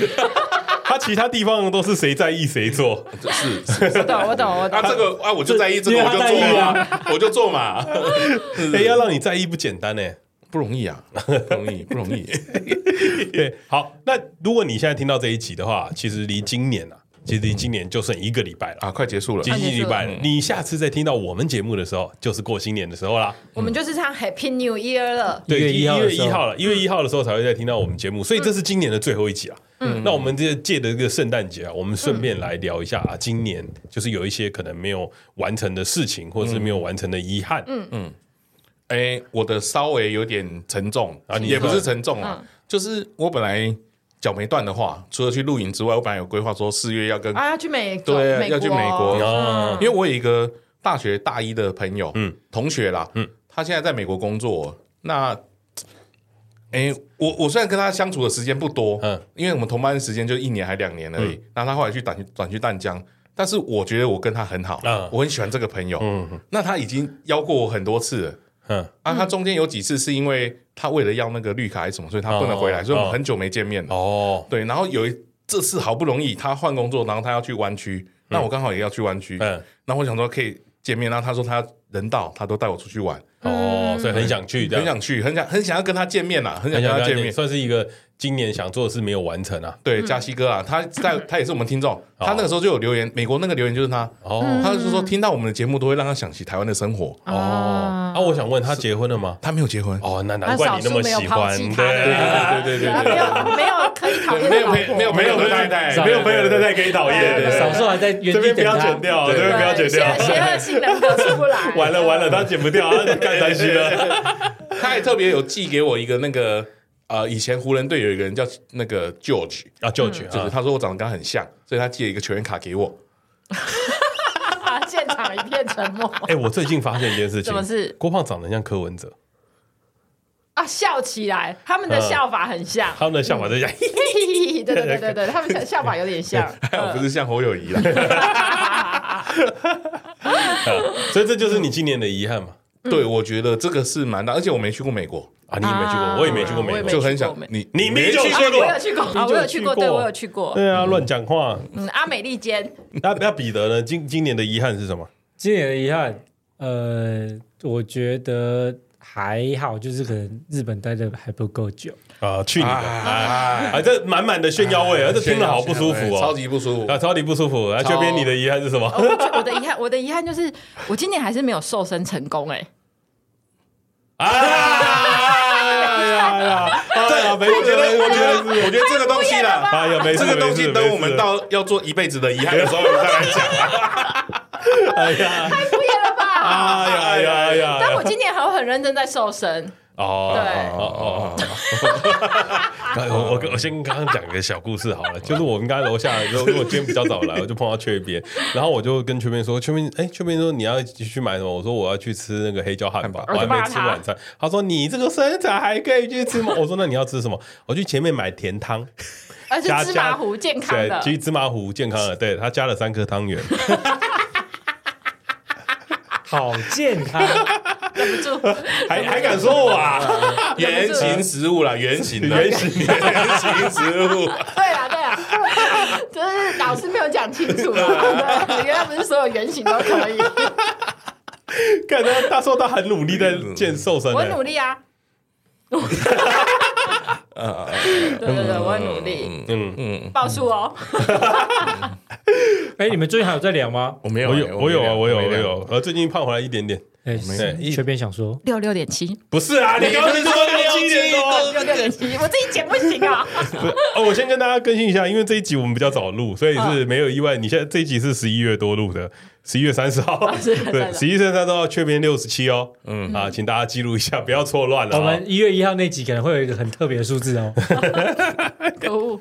B: 他其他地方都是谁在意谁做。
D: 是，是
E: 我懂，我懂，我
D: 啊，
E: 懂，
D: 这个啊，我就在意这
C: 因
D: 个，
C: 为
D: 我
C: 他
D: 就
C: 在
D: 做
C: 意啊
D: 嘛，我就做嘛，
B: 哎，要让你在意不简单哎呢。
D: 不容易啊，不容易，不容易。
B: 对，好，那如果你现在听到这一集的话，其实离今年啊，其实离今年就剩一个礼拜了。
D: 啊，快结束了，
B: 今天礼拜
D: 嗯，
B: 你下次再听到我们节目的时候，就是过新年的时候啦。
E: 我们就是唱 Happy New Year 了，
B: 对，
C: 一月一号
B: 一
C: 的
B: 月
C: 时候
B: 一号了，一月一号的时候才会再听到我们节目，所以这是今年的最后一集啊。嗯，那我们这借的这个圣诞节啊，我们顺便来聊一下
E: 嗯
B: 啊，今年就是有一些可能没有完成的事情，或者是没有完成的遗憾。嗯嗯，
D: 哎、我的稍微有点沉重
B: 啊你嗯
D: 也不是沉重啊，就是我本来脚没断的话，除了去露营之外，我本来有规划说四月要跟，
E: 啊，要去美，
D: 对
E: 美
D: 要去美国
B: 哦
D: 因为我有一个大学大一的朋友，嗯，同学啦，嗯，他现在在美国工作，那，哎、我我虽然跟他相处的时间不多，
B: 嗯
D: 嗯，因为我们同班时间就一年还两年而已，那他后来去转转去淡江。但是我觉得我跟他很好，
B: 嗯
D: 我很喜欢这个朋友。
B: 嗯
D: 那他已经邀过我很多次了，
B: 嗯，
D: 啊，他中间有几次是因为他为了要那个绿卡还是什么，所以他不能回来，
B: 哦
D: 所以我们很久没见面了。
B: 哦，
D: 对，然后有一这次好不容易他换工作，然后他要去湾区，那我刚好也要去湾区，
B: 嗯，
D: 那我想说可以见面，然后他说他人到，他都带我出去玩，
E: 嗯
B: 哦，所以很想去，这
D: 很
B: 样
D: 想去，很想很想要跟他见面啦，很
B: 很
D: 想跟
B: 想跟
D: 他
B: 他
D: 见
B: 见
D: 面。
B: 算是一个今年想做的事没有完成啊。
D: 对，嘉熙哥啊，他在他也是我们听众，他那个时候就有留言，美国那个留言就是他，
B: 哦
D: 他就说听到我们的节目都会让他想起台湾的生活，
B: 哦，啊，我想问他结婚了吗？
D: 他没有结婚，
B: 哦，那难怪你那么喜欢，
E: 他少数没有抛弃他的
B: 对
D: 对对对
E: 啊
D: 对
E: 没有没有可以讨
D: 对，
E: 厌
D: 没
E: 的老
D: 有朋
E: 婆，
D: 没有朋友的太太，没有朋友的太太。
B: 可以讨厌
D: 对对
C: 少数还在原
B: 这
C: 地
B: 边不
C: 等
B: 要
C: 他
B: 剪。掉，
D: 对
B: 这边不要剪
E: 对邪
B: 掉，
E: 邪恶性人格出不 来，
B: 完了完了，他剪不掉，他太担心了。
D: 他还特别有寄给我一个那个呃，以前湖人队有一个人叫那个 George，
B: 啊，就去
D: 就是
B: 啊，
D: 他说我长得跟他很像，所以他寄了一个球员卡给我。
E: 啊！现场一片沉默
B: 哎，我最近发现一件事情，
E: 什么事
B: 郭胖长得像柯文哲，
E: 啊，笑起来，他
B: 嗯
E: 们的笑法很像，
B: 他们的想法都一样。嘿
E: 嘿嘿嘿对对对对对，他们笑笑法有点 像，啊
D: 我不是像侯友谊啦，
B: 嘿 所以这就是你今年的遗憾嘛？
E: 嗯
D: 对，我觉得这个是蛮大，而且我没去过美国，
B: 啊，你也没去过，我也没去过美
E: 啊我也没去。
B: 国
D: 就
E: 过
D: 很想
E: 美
D: 你，
B: 你没
D: 去
B: 去
E: 啊
B: 过
E: 我有去过，啊，我有去过，
B: 你就有去过
E: 对我有去
D: 嗯
E: 过，
B: 对啊，乱讲话。
E: 嗯，阿美利坚，
B: 那那彼得呢？今今年的遗憾是什么？
C: 今年的遗憾，呃，我觉得还好，就是可能日本待的还不够久。
B: 啊，去你的！
D: 哎
B: 啊，这满满的炫耀味啊，这听了好不舒服哦，
D: 超级不舒服
B: 啊，。超级不舒服。啊，这边你的遗憾是什么？
A: 我觉我的遗憾，我的遗憾就是我今年还是没有瘦身成功
E: 欸
A: 哎、
B: 啊！哎呀哎呀，对啊，没事
D: 我觉得，我觉得，
B: 没事
D: 我觉得这个东西 啦，
B: 哎呀，没事，
D: 这个东
B: 没
D: 西
B: 事
D: 等我们，
B: 没
D: 到要做一辈子的遗憾的时候，我们再来讲。
B: 事哎呀，
A: 不演了吧？
B: 哎呀，哎呀，哎
D: 啊
B: 呀，
A: 但我今年还有很认真在瘦身，
B: 哦，
A: 对
B: 哦哦 哦，我我我先跟刚刚讲一个小故事好了， 就是我们刚才楼下，如果如果今天比较早来，我就碰到雀边，然后我就跟雀边说，雀边，哎，雀边说你要去买什么？我说我要去吃那个黑椒汉堡，哦我
E: 我
B: 还
E: 就
B: 没
E: 骂
B: 吃
E: 他
B: 晚餐。他说你这个身材还可以去吃吗？我说那你要吃什么？我去前面买甜汤，
A: 而且
B: 加
A: 芝
B: 加
A: 麻糊健康
B: 对
A: 的，，
B: 其实芝麻糊健康的，对他加了三颗汤圆，
C: 好健康，
A: 忍不住。
D: 还还敢说我 啊？原型食物啦，啊原型的
B: 原型
D: 原型食物，
A: 对啊，对啊， 就是老师没有讲清楚啊。对原来不是所有原型都可以，
B: 看他他说他很努力在健瘦身，欸
A: 我很努力啊。
B: 啊
A: 对对对，我很努力，
B: 嗯。
A: 报数哦。
C: 哎，你们最近还有在聊吗？
D: 我没
B: 我有，我有啊，我有，我
D: 没
B: 有，呃，最近胖回来一点点，
C: 哎，
B: 事
C: 随便想说，
A: 六六点七，
B: 不是啊，你刚刚说六点多，
A: 六六点七，我自己剪不行 啊。
B: 不是哦，我先跟大家更新一下，因为这一集我们比较早录，所以是没有意外。你现在这一集是十一月多录的，十一月哦三十 号，
A: 11
B: 对，十一月三十号确边六十七哦，嗯啊，请大家记录一下，不要错乱了
C: 我
B: 啊。
C: 们一月一号那集可能会有一个很特别的数字哦。
A: 可恶！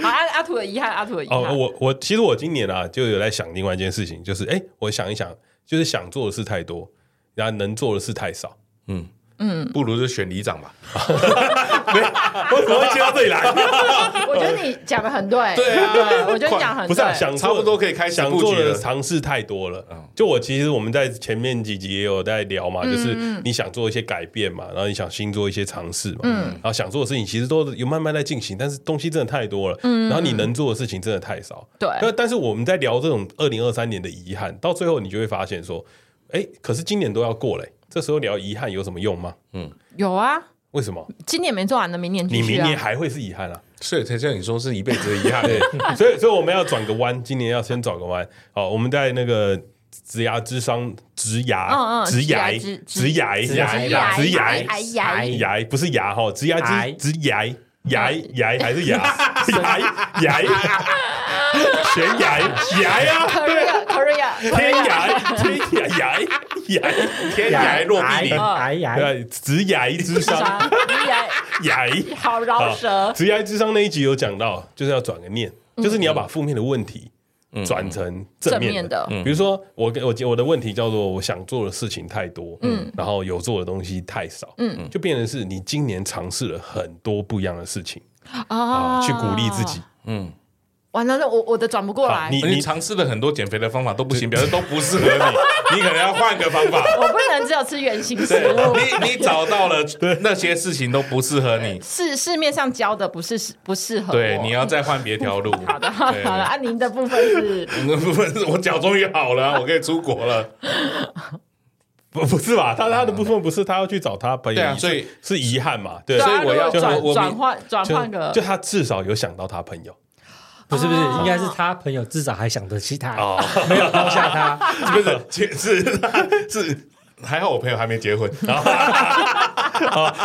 A: 好，阿阿土的遗憾，阿土的遗憾。
B: 哦，我我其实我今年啊，就有在想另外一件事情，就是哎、我想一想，就是想做的事太多，然后能做的事太少。
D: 不如就选里长 吧。
B: 为什么会接到这里来？
E: 我觉得你讲的很对，
D: 对啊
E: 嗯我觉得你讲得很对，
B: 不是、啊、想做
D: 差不多可以开始
B: 想
D: 布
B: 做
D: 局
B: 的
D: 了嗯
B: 尝试太多了。就我其实我们在前面几集也有在聊嘛，就是你想做一些改变嘛，然后你想新做一些尝试嘛，然后想做的事情其实都有慢慢在进行，但是东西真的太多了，然后你能做的事情真的太少。
A: 对
B: 那但是我们在聊这种二零二三年的遗憾，到最后你就会发现说，哎，可是今年都要过嘞、这时候聊遗憾有什么用吗？
A: 有啊，
B: 为什么？
A: 今年没做完的，明年继
B: 你
A: 续
B: 明
A: 啊。
B: 年还会是遗憾啊？
D: 所以才叫你说是一辈子的遗憾。
B: 所以，所以我们要转个弯，今年要先转个弯。好，我们在那个植牙之商、植牙、
A: 嗯嗯
B: 植牙、
A: 植
B: 植牙、植
C: 牙
B: 牙、植牙、
A: 哎呀，
B: 牙，不是牙哈，植牙
C: 癌
B: 之植牙，牙牙还是牙牙牙，悬崖崖呀，
A: Korea Korea，
B: 啊天涯天涯崖崖
D: 天涯若比邻，
C: 哎呀，哎
B: 对，植牙之 商
A: 啥？哎
B: 崖。
A: 好饶舌，
B: 职业智商那一集有讲到，就是要转个念，就是你要把负面的问题
D: 嗯
B: 转成正面的。
A: 嗯正面
B: 比如说，我跟我我的问题叫做我想做的事情太多，嗯，然后有做的东西太少，嗯，就变成是你今年尝试了很多不一样的事情啊，
A: 啊
B: 去鼓励自己。。
A: 完了，那我我的转不过
B: 好
A: 来，
B: 你
D: 你尝试了很多减肥的方法都不行，表示都不适合你，你 可能要换个方 法。
A: 我不能只有吃原形食物。
D: 对你，你找到了那些事情都不适合你，
A: 市市面上教的不是不适合我
D: 对，你要再换别条路。好的，好
A: 好了，。按您的部分是
D: 我脚终于好了，我可以出国了。
B: 不不是吧？他他的部分不是他要去找他朋友，
D: 对啊所以
B: 是遗憾嘛？对，
A: 对
D: 所以
A: 啊，
D: 我要
A: 如果
D: 就我
A: 转
D: 我
A: 转换转换个
B: 就就他至少有想到他朋友，
C: 不是不是，应该是他朋友至少还想得起他
B: 哦，
C: 没有抛下他。
D: 不是，是是 是，还好我朋友还没结婚，
B: 啊，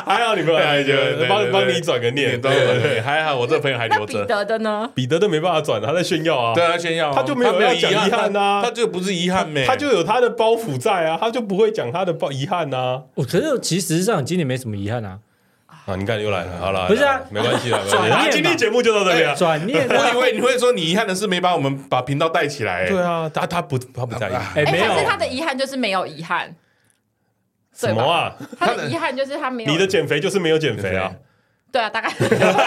B: 还好你朋友还觉
D: 对对
B: 得
D: 对
B: 帮
D: 对
B: 帮你转个念，
D: 对对对，还好我这朋友还
A: 那
D: 留
A: 彼
D: 着。
A: 得的呢？
B: 彼得都没办法转，他在炫耀啊，
D: 对他炫耀啊，
B: 他就没有要讲遗憾啊
D: 他他就不是遗憾没，
B: 他 就有他的包袱在啊，他就不会讲他的包遗憾啊呐、
C: 我觉得哦其实上今年没什么遗憾啊，
B: 啊。你看又来了，好了，
C: 不是啊
B: 没关系啦，没关系
C: 转念嘛
B: 啊。今天节目就到这里啊。
C: 转念啊
D: 我以为你会说你遗憾的是没把我们把频道带起来，
B: 对啊，他他不他不在意
C: 哎
A: 哎，
C: 没有
A: 可是他的遗憾就是没有遗憾，
B: 什么啊？
A: 他的遗憾就是他没有
B: 你的减肥就是没有减肥啊
A: 对啊，大概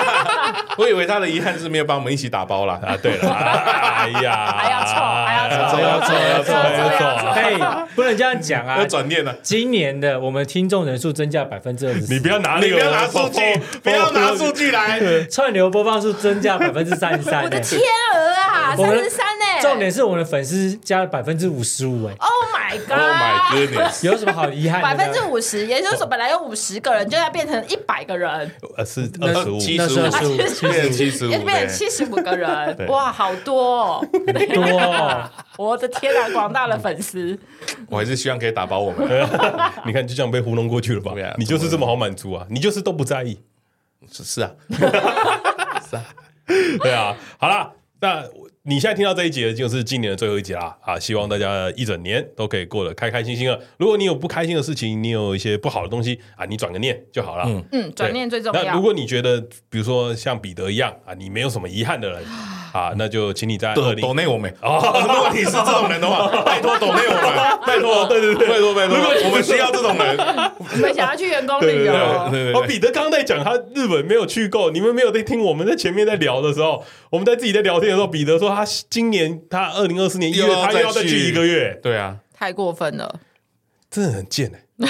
D: 我以为他的遗憾是没有把我们一起打包啦。
B: 啊！ 对了，哎呀，
A: 还要凑还要凑
B: 还要凑，还要凑，还要凑还要凑。
C: 哎，不能这样讲啊
D: 要。转念了，
C: 今年的我们听众人数增加百分之二十，
B: 你不要拿那
D: 你
B: 个，
D: 不要拿数据，不要拿数据 来。
C: 串流播放数增 加百分之三十三，
A: 我的天鹅啊，
C: 我
A: 三
C: 们
A: 十三呢，
C: 重点是我们的粉丝加了百分之五十五，哎，
A: ，Oh my my
D: Oh
A: god！
D: my goodness！
C: 有什么好遗憾的
A: 百
C: 呢？
A: 分之五十，也就是说，本来有五十个人，就要变成一百个人，
B: 呃是
C: 那
B: 二十五，
D: 七
C: 那是
D: 十五
C: 二十五，
D: 变七十五
A: 也
D: 倍，
A: 变成七十五个
D: 对
A: 人，哇，好多、 哦！
C: 很多哦。
A: 我的天啊，广大的粉丝，
D: 我还是希望可以打包我们，
B: 你看就这样被糊弄过去了吧
D: 对啊？
B: 你就是这么好满足啊？你就是都不在意，
D: 是是啊，
B: 对啊，好啦，那你现在听到这一节就是今年的最后一节啦，啊，希望大家一整年都可以过得开开心心的。如果你有不开心的事情，你有一些不好的东西啊，你转个念就好了。嗯，
A: 嗯，转念最重
B: 那如
A: 要。
B: 果你觉得，比如说像彼得一样啊，你没有什么遗憾 的人啊，那就请你在二
D: 抖
B: 零
D: 抖内我们哦，如果你是这种人的 话，拜托抖内我们，拜托，对对对，拜托拜托，我们需要这种人，
A: 我们想要去员工旅游，
D: 对对
B: 哦，彼得刚刚在讲他日本没有去够，你们没有在听我们在前面在聊的时候，我们在自己在聊天的时候，彼得说他今年他二零二四年一月
D: 又要
B: 他又要
D: 再
B: 再
D: 去
B: 去一个月，
D: 对啊，
A: 太过分了。
B: 真的很贱哎、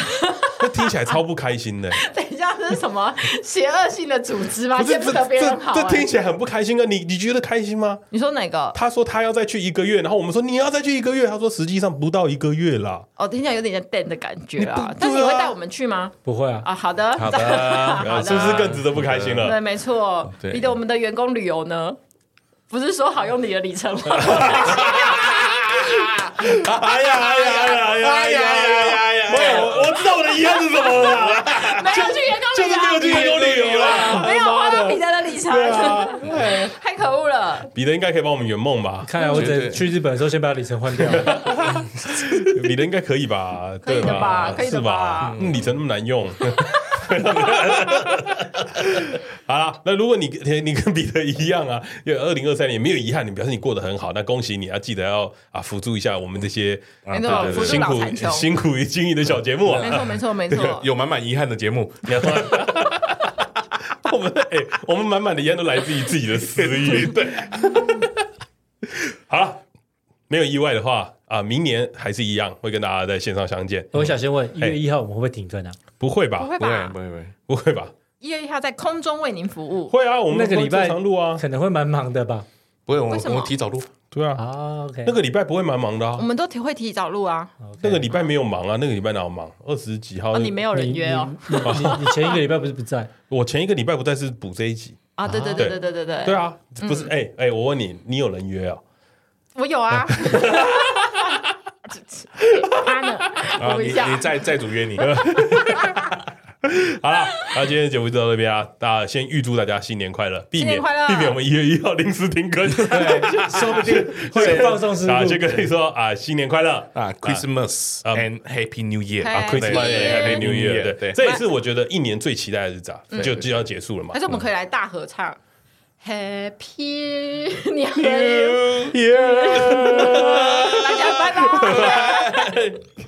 B: 那听起来超不开心的、
A: 等一下，这是什么邪恶性的组织吗？
B: 不是
A: 见
B: 这
A: 不得别
B: 这
A: 人好、
B: 这听
A: 欸。
B: 起来很不开心啊！你你觉得开心吗？
A: 你说哪个？
B: 他说他要再去一个月，然后我们说你要再去一个月，他说实际上不到一个月啦。
A: 哦，听起来有点像 Dan 的感觉
B: 你不
A: 啊。但是你
B: 对啊
A: 会带我们去吗？
C: 不会啊，
A: 啊，好的，
D: 好 的，啊
B: 是不是更值得不开心了？
A: 对，没错。
D: 对
A: 你的我们的员工旅游呢？不是说好用你的里程吗？
B: 哎呀哎呀哎呀哎呀哎呀哎呀！没有，我知道我的遗憾是什么了啦，
A: 没有去员工
B: 就
A: 旅
B: 是没有去员
A: 游，
B: 工旅游啦。
A: 啊没有花到彼得的里程，
B: 对啊，
A: 太可恶了。
B: 彼得应该可以帮我们圆梦吧？
C: 看来我
D: 绝
C: 得
D: 对
C: 去日本的时候先啊把里程换掉。
B: 彼得应该可以 吧？
A: 可以的
B: 对吧
A: 吧？可以的
B: 是吧
A: 吧？
B: 嗯里程那么难用。 好啦，那如果你你跟彼得一样啊，因为二零二三年没有遗憾，你表示你过得很好，那恭喜你啊！记得要啊辅助一下我们这些
A: 没错，哦
D: 对对对
A: 辅助
B: 辛
A: 老
B: 苦
A: 残穷。
B: 辛苦于经营的小节目啊
A: 没。错，没错，没错。
D: 有满满遗憾的节目，
B: 我们哎、我们满满的遗憾都来自于自己的私 欲。对，好了，没有意外的话啊，明年还是一样会跟大家在线上相见。
C: 我想先问，一
B: 哎
C: 月一号我们会不会停更啊？
B: 不会吧
A: 不？会
D: 不会
A: 吧
D: 不？会不会，
B: 不会吧？
A: 一月一号在空中为您服务。
B: 会啊，我们
C: 那个礼拜
B: 正常录啊，
C: 可能会蛮忙的吧？
D: 不会，我
A: 为
D: 们
A: 什
D: 我
A: 么
D: 们提早录，
B: 对啊，
C: 啊
A: 哦
C: ，OK，
B: 那个礼拜不会蛮忙的
A: 我
B: 啊，
A: 们都提会提早录啊。
B: 那个礼拜没有忙啊，那个礼拜哪有忙？二十几号
A: 哦，
B: 是，
A: 你没有人约哦。
C: 你你你你前一个礼拜不是不在？
B: 我前一个礼拜不在是补这一集，
A: 啊，对对对对对对对。嗯
B: 对啊，不是，哎哎，我问你，你有人约啊？
A: 我有啊。 他呢？
D: 啊，
A: 我
D: 你
A: 一下
D: 你再再组 约你，
B: 好 啦，那今天的节目就到这边啊，大家先预祝大家新年快乐，避
A: 新
B: 免
A: 年快乐
B: 避免我们一月一号临时停更，
C: 对，说 不定会有放送失误。
B: 啊，先跟你说啊，新年快乐。
D: 啊，Christmas
B: 啊
D: and Happy New Year
A: 啊
B: Christmas
A: Happy
B: and Happy New Year，对
D: 对
B: 这也是我觉得一年最期待的日子啊，
A: 嗯
B: 就就要结束了嘛
A: 还。是我们可以来大合唱？Happy New Year！
B: Yeah，
A: 大家拜拜。